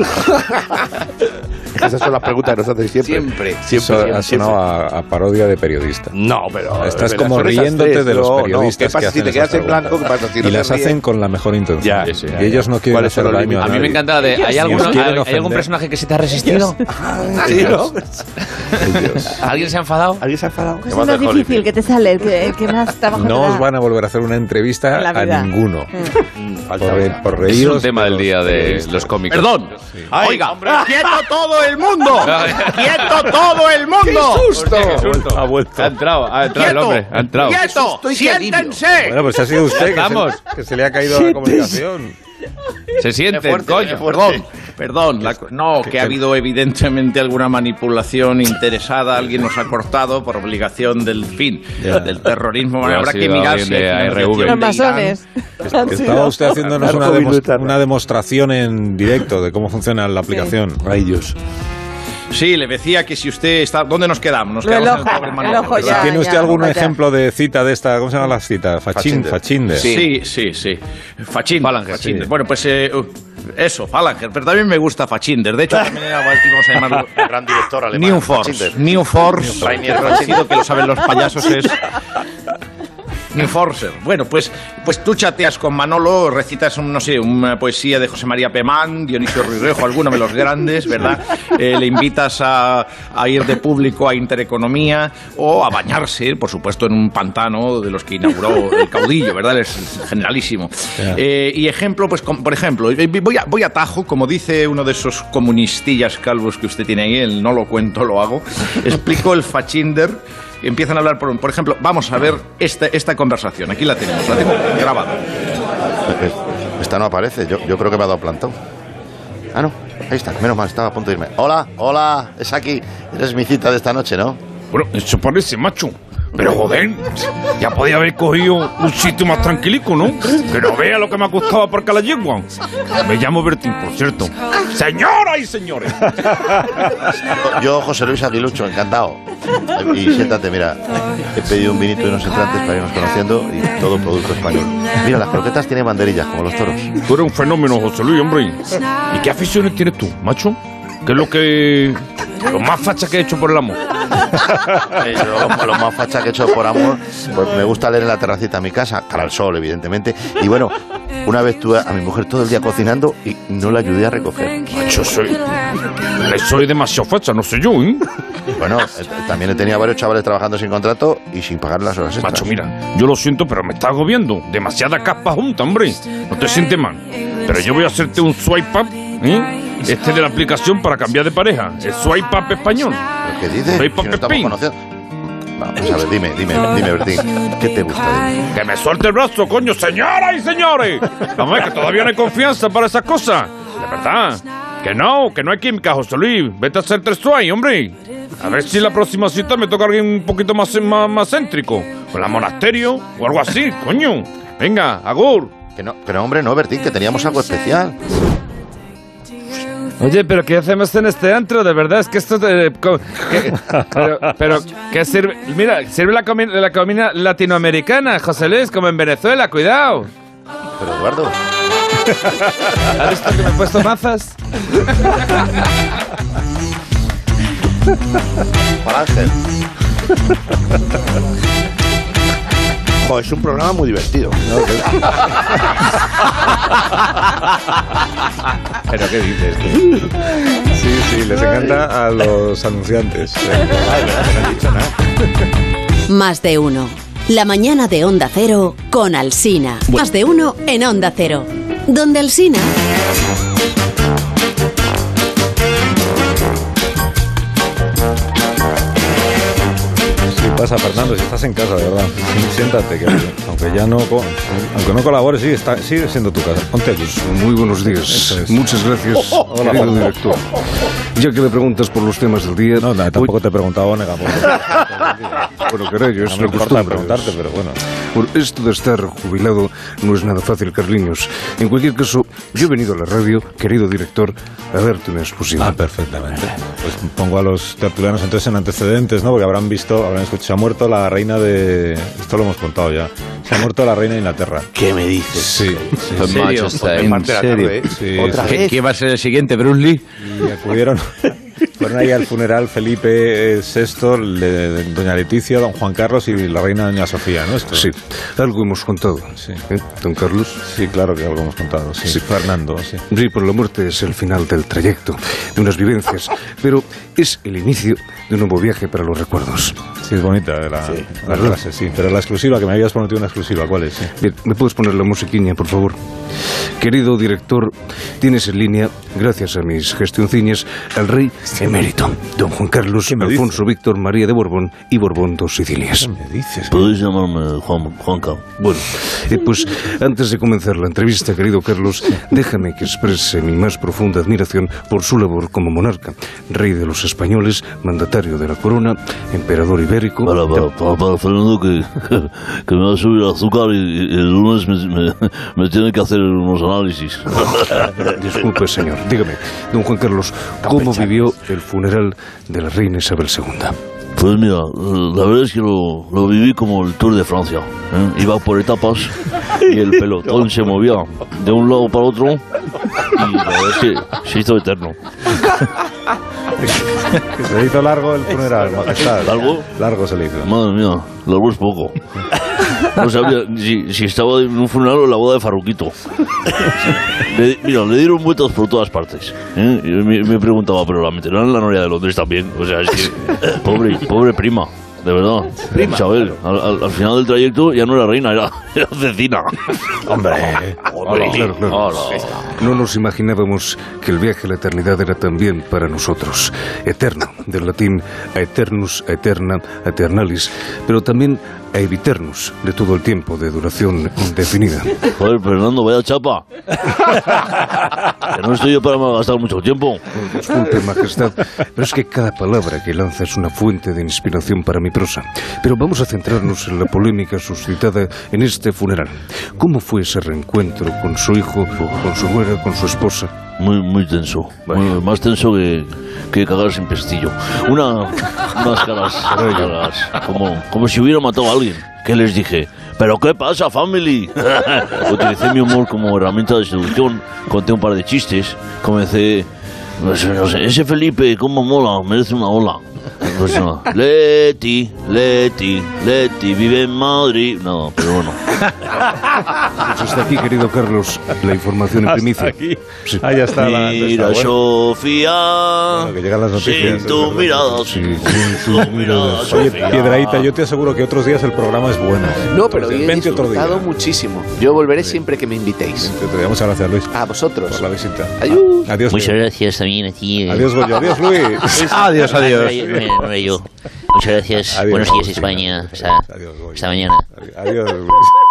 Speaker 4: Esas son las preguntas que nos hacen siempre.
Speaker 7: Siempre.
Speaker 1: Eso ha sonado a, a parodia de periodista.
Speaker 4: No, pero.
Speaker 1: Estás
Speaker 4: pero
Speaker 1: como
Speaker 4: son esas
Speaker 1: riéndote
Speaker 4: tres,
Speaker 1: de los
Speaker 4: no, no,
Speaker 1: periodistas.
Speaker 4: ¿qué
Speaker 1: que
Speaker 4: pasa si
Speaker 1: hacen
Speaker 4: te quedas
Speaker 1: esas
Speaker 4: en blanco?
Speaker 1: preguntas.
Speaker 4: ¿Qué pasa si no
Speaker 1: y
Speaker 4: te
Speaker 1: las
Speaker 4: ríes?
Speaker 1: hacen con la mejor intención.
Speaker 4: Ya, sí,
Speaker 1: y
Speaker 4: ya,
Speaker 1: ellos
Speaker 4: ya.
Speaker 1: no quieren
Speaker 4: ¿Cuáles son
Speaker 1: hacer
Speaker 4: los
Speaker 1: daño
Speaker 18: A
Speaker 1: a
Speaker 4: límites?
Speaker 18: mí me
Speaker 1: nadie.
Speaker 18: encanta de. ¿Hay,
Speaker 1: Ellos
Speaker 18: alguno-
Speaker 1: quieren
Speaker 18: hay- hay algún
Speaker 1: ofender.
Speaker 18: personaje que se te ha resistido?
Speaker 4: Sí, ¿no?
Speaker 18: ¿Alguien se ha enfadado?
Speaker 4: ¿Alguien se ha enfadado?
Speaker 19: Es lo difícil que te sale, el que, el que más trabajo te
Speaker 1: No
Speaker 19: da.
Speaker 1: os van a volver a hacer una entrevista
Speaker 19: La
Speaker 1: a
Speaker 19: vida. Mm.
Speaker 1: ninguno. Por, re- por
Speaker 12: Es
Speaker 1: reíros.
Speaker 12: un tema del día de los cómicos.
Speaker 1: Perdón.
Speaker 12: Ay,
Speaker 2: Oiga, quieto todo el
Speaker 12: [laughs]
Speaker 2: mundo. quieto
Speaker 12: todo el mundo.
Speaker 2: ¡Qué susto!
Speaker 1: Ha vuelto.
Speaker 12: Ha entrado, ha entrado el
Speaker 1: Quieto.
Speaker 12: hombre, ha entrado.
Speaker 2: Quieto, siéntense.
Speaker 1: Bueno, pues ha
Speaker 12: [laughs]
Speaker 1: sido usted que
Speaker 12: Vamos.
Speaker 1: se, que se le ha caído la comunicación.
Speaker 12: Se siente,
Speaker 2: Qué fuerte,
Speaker 12: coño.
Speaker 2: qué fuerte. Perdón, la- no, que ha habido evidentemente alguna manipulación interesada, alguien nos ha cortado por obligación del fin,
Speaker 12: Ya.
Speaker 2: del terrorismo.
Speaker 12: Pero ha
Speaker 2: habrá que
Speaker 12: sido
Speaker 2: mirar
Speaker 12: alguien
Speaker 2: si
Speaker 12: de
Speaker 2: hay financiación
Speaker 12: ARV.
Speaker 19: Los
Speaker 2: de Irán.
Speaker 19: masones. Han
Speaker 1: [laughs] Estaba
Speaker 19: sido-
Speaker 1: usted haciéndonos una, demos- una demostración en directo de cómo funciona la aplicación. Ay, Dios.
Speaker 2: Sí, le decía que si usted está... ¿Dónde nos quedamos? Nos
Speaker 19: Lo
Speaker 2: quedamos
Speaker 19: elojo,
Speaker 2: pobre
Speaker 19: lo
Speaker 2: Manolo.
Speaker 19: elojo
Speaker 2: ¿verdad?
Speaker 19: ya.
Speaker 1: ¿Tiene usted algún
Speaker 19: vaya.
Speaker 1: ejemplo de cita de esta? ¿Cómo se llama la cita? Fachín,
Speaker 2: Fachinder.
Speaker 1: Fachinder.
Speaker 2: Sí, sí, sí. Fachinder. Fachinder. Bueno, pues eh, uh, eso, Falanger. Pero también me gusta Fachinder. De hecho, también era Balti, vamos a
Speaker 12: [laughs]
Speaker 2: llamarlo.
Speaker 6: El gran director alemán.
Speaker 2: New Force.
Speaker 6: Schindler.
Speaker 2: New Force.
Speaker 6: Rainier
Speaker 2: Parecido
Speaker 6: Fachinder.
Speaker 2: que lo saben los payasos
Speaker 12: [laughs]
Speaker 2: es. New Forcer. Bueno, pues, pues tú chateas con Manolo, recitas, un, no sé, una poesía de José María Pemán, Dionisio Rirejo, alguno de los grandes, ¿verdad? Eh, le invitas a, a ir de público a Intereconomía o a bañarse, por supuesto, en un pantano de los que inauguró el caudillo, ¿verdad? Es generalísimo. Eh, y ejemplo, pues, com- por ejemplo, eh, voy a, voy a tajo, como dice uno de esos comunistillas calvos que usted tiene ahí, el no lo cuento, lo hago. Explico el fachinder. Empiezan a hablar, por, por ejemplo, vamos a ver esta, esta conversación. Aquí la tenemos, la tengo grabada.
Speaker 6: Esta no aparece, yo, yo creo que me ha dado plantón. Ah, no, ahí está, menos mal, estaba a punto de irme. Hola, hola, es aquí, eres mi cita de esta noche, ¿no?
Speaker 12: Bueno, eso parece, macho. Pero joder, ya podía haber cogido un sitio más tranquilico, ¿no? Que no vea lo que me ha costado aparcar la yegua. Me llamo Bertín, por cierto. Señoras y señores.
Speaker 6: Yo, José Luis Aguilucho, encantado. Y siéntate, mira, he pedido un vinito y unos entrantes para irnos conociendo y todo producto español. Mira, las croquetas tienen banderillas, como los toros.
Speaker 12: Tú eres un fenómeno, José Luis, hombre. ¿Y qué aficiones tienes tú, macho? ¿Qué es lo que... Lo más facha que he hecho por el amor?
Speaker 6: Eh, yo lo, lo más facha que he hecho por amor, pues me gusta leer en la terracita de mi casa, cara al sol, evidentemente. Y bueno, una vez tuve a mi mujer todo el día cocinando y no la ayudé a recoger.
Speaker 12: Macho, soy... Le soy demasiado facha, no soy yo, ¿eh?
Speaker 6: Bueno, eh, también he tenido a varios chavales trabajando sin contrato y sin pagar las horas extras.
Speaker 12: Macho, mira, yo lo siento, pero me está agobiando. Demasiada capa junta, hombre. No te sientes mal. Pero yo voy a hacerte un swipe up, ¿eh? Este de la aplicación para cambiar de pareja. El swipe up español.
Speaker 6: ¿Qué dices?
Speaker 12: Swipe
Speaker 6: Si
Speaker 12: up
Speaker 6: no estamos
Speaker 12: Spain.
Speaker 6: conociendo. Vamos a ver, dime, dime, dime, Bertín, ¿qué te gusta? de
Speaker 12: Que me suelte el brazo, coño, señoras y señores. Vamos, a ver, que todavía no hay confianza para esas cosas. De verdad. Que no, que no hay química, José Luis. Vete a hacer tres suay, hombre. A ver si la próxima cita me toca alguien un poquito más, más, más céntrico. Con la monasterio o algo así, coño. Venga, Agur.
Speaker 6: Que no, que no, hombre, no, Bertín, que teníamos algo especial.
Speaker 20: Oye, pero ¿qué hacemos en este antro? De verdad, es que esto... de- eh, co- que- pero, pero, ¿qué sirve? Mira, sirve la, comi- la comida latinoamericana, José Luis, como en Venezuela, cuidado.
Speaker 6: Pero Eduardo...
Speaker 20: ¿Has visto que me he puesto mazas?
Speaker 6: Para Ángel.
Speaker 4: Jo, es un programa muy divertido.
Speaker 1: ¿Pero qué dices? Sí, sí, les encanta a los anunciantes.
Speaker 10: Más de uno. La mañana de Onda Cero con Alsina. Más de uno en Onda Cero. Donde Alsina.
Speaker 1: Sí, pasa, Fernando, si estás en casa, de verdad. Sí, Siéntate, que aunque ya no, co- aunque no colabores, sigue, está- sigue siendo tu casa. Ponte aquí.
Speaker 21: Pues, Muy buenos días. Muchas gracias,
Speaker 1: Hola,
Speaker 21: querido
Speaker 1: Juanjo.
Speaker 21: director. Ya que me preguntas por los temas del día... No, tampoco
Speaker 1: te he preguntado, Onega.
Speaker 21: [laughs] Bueno, caray, es
Speaker 1: No me
Speaker 21: una
Speaker 1: importa
Speaker 21: costumbre. Ah,
Speaker 1: preguntarte, pero bueno.
Speaker 21: Bueno, esto de estar jubilado no es nada fácil, Carliños. En cualquier caso, yo he venido a la radio, querido director, a darte una exclusiva.
Speaker 1: Ah, perfectamente. Pues pongo a los tertulianos entonces en antecedentes, ¿no? Porque habrán visto, habrán escuchado, se ha muerto la reina de... Esto lo hemos contado ya. Se ha muerto la reina de Inglaterra. ¿Qué me dices? Sí. sí.
Speaker 2: ¿En serio? Por parte de la tarde, ¿eh?
Speaker 1: Sí,
Speaker 2: ¿Otra
Speaker 1: sí.
Speaker 2: vez? ¿Quién va a ser el siguiente, Bruce Lee?
Speaker 1: Y acudieron... [laughs] Fueron ahí al funeral Felipe eh, VI, le- doña Leticia, don Juan Carlos y la reina doña Sofía, ¿no? Esto.
Speaker 3: Sí, algo hemos contado. ¿eh, don Carlos?
Speaker 1: Sí, claro que algo hemos contado. Sí, Fernando, sí.
Speaker 3: Sí, por la muerte es el final del trayecto, de unas vivencias, pero es el inicio de un nuevo viaje para los recuerdos.
Speaker 1: Sí, es bonita la, la frase, sí. Pero la exclusiva, que me habías prometido una exclusiva, ¿cuál es? Sí.
Speaker 3: Bien, ¿me puedes poner la musiquiña, por favor? Querido director, tienes en línea, gracias a mis gestionciñas, al rey emérito, don Juan Carlos Alfonso Víctor María de Borbón y Borbón dos Sicilias.
Speaker 1: ¿Qué me dices?
Speaker 3: Podéis llamarme Juan, Bueno, eh, pues antes de comenzar la entrevista, querido Carlos, déjame que exprese mi más profunda admiración por su labor como monarca, rey de los españoles, mandatario de la corona, emperador ibérico.
Speaker 12: Para, para, para, para, Fernando, que, [laughs] que me va a subir el azúcar y, y el lunes me, me, me tiene que hacer unos análisis.
Speaker 3: Disculpe, señor. Dígame, don Juan Carlos, ¿cómo vivió el funeral de la reina Isabel II?
Speaker 12: Pues mira, la verdad es que lo, lo viví como el Tour de Francia. ¿eh? Iba por etapas y el pelotón se movía de un lado para otro y la verdad es que se hizo eterno.
Speaker 1: Se hizo largo el funeral, majestad.
Speaker 12: ¿Largo?
Speaker 1: Largo se le hizo.
Speaker 12: Madre mía, largo es poco. No sabía si, si estaba en un funeral o en la boda de Farruquito. Le- mira, le dieron vueltas por todas partes. ¿eh? Y me, me preguntaba, pero la meterán en la noria de Londres también. O sea, es que, pobre, pobre prima. De verdad,
Speaker 16: Prima,
Speaker 12: Isabel, al, al- al final del trayecto ya no era reina, era, era vecina.
Speaker 3: Hombre, Claro, claro. No nos imaginábamos que el viaje a la eternidad era también para nosotros. Eterno, del latín a eternus, a eterna, a eternalis, pero también a eviternus, de todo el tiempo de duración indefinida.
Speaker 12: Joder, Fernando, vaya chapa. Que no estoy yo para gastar mucho tiempo.
Speaker 3: Disculpe, majestad, pero es que cada palabra que lanza es una fuente de inspiración para mi prosa. Pero vamos a centrarnos en la polémica suscitada en este funeral. ¿Cómo fue ese reencuentro con su hijo, con su nuera, con su esposa?
Speaker 12: Muy, muy tenso. Muy- más tenso que, que cagar sin pestillo. Una, unas caras, caras, como, como si hubiera matado a alguien. ¿Qué les dije? ¿Pero qué pasa, family? Utilicé mi humor como herramienta de seducción. Conté un par de chistes. Comencé... No sé, no sé. Ese Felipe, cómo mola. Merece una ola. No sé, no. Leti, Leti, Leti, vive en Madrid. No, pero bueno.
Speaker 3: Pues hasta aquí, querido Carlos, la información en primicia. Sí.
Speaker 1: Ahí está la-
Speaker 12: Mira, Sofía.
Speaker 1: que llegan las noticias.
Speaker 12: Sin tu mirada, sin tu mirada,
Speaker 1: Oye,
Speaker 12: Sofía.
Speaker 1: Piedraíta, yo te aseguro que otros días el programa es bueno.
Speaker 7: No, pero hoy he
Speaker 1: Vente otro día.
Speaker 7: disfrutado muchísimo. Yo volveré siempre que me invitéis.
Speaker 1: Vente otro día. Muchas gracias, Luis.
Speaker 7: A vosotros.
Speaker 1: Por la visita.
Speaker 7: Ayú.
Speaker 1: Adiós.
Speaker 22: Muchas gracias también a ti.
Speaker 1: Adiós, Goyo. Adiós, Luis. Adiós,
Speaker 22: No
Speaker 1: adiós.
Speaker 22: era yo, no era- no era yo. Muchas gracias.
Speaker 1: Adiós,
Speaker 22: [laughs] Buenos días,
Speaker 1: Goyo.
Speaker 22: España. Hasta, hasta mañana.
Speaker 1: Adiós, Luis.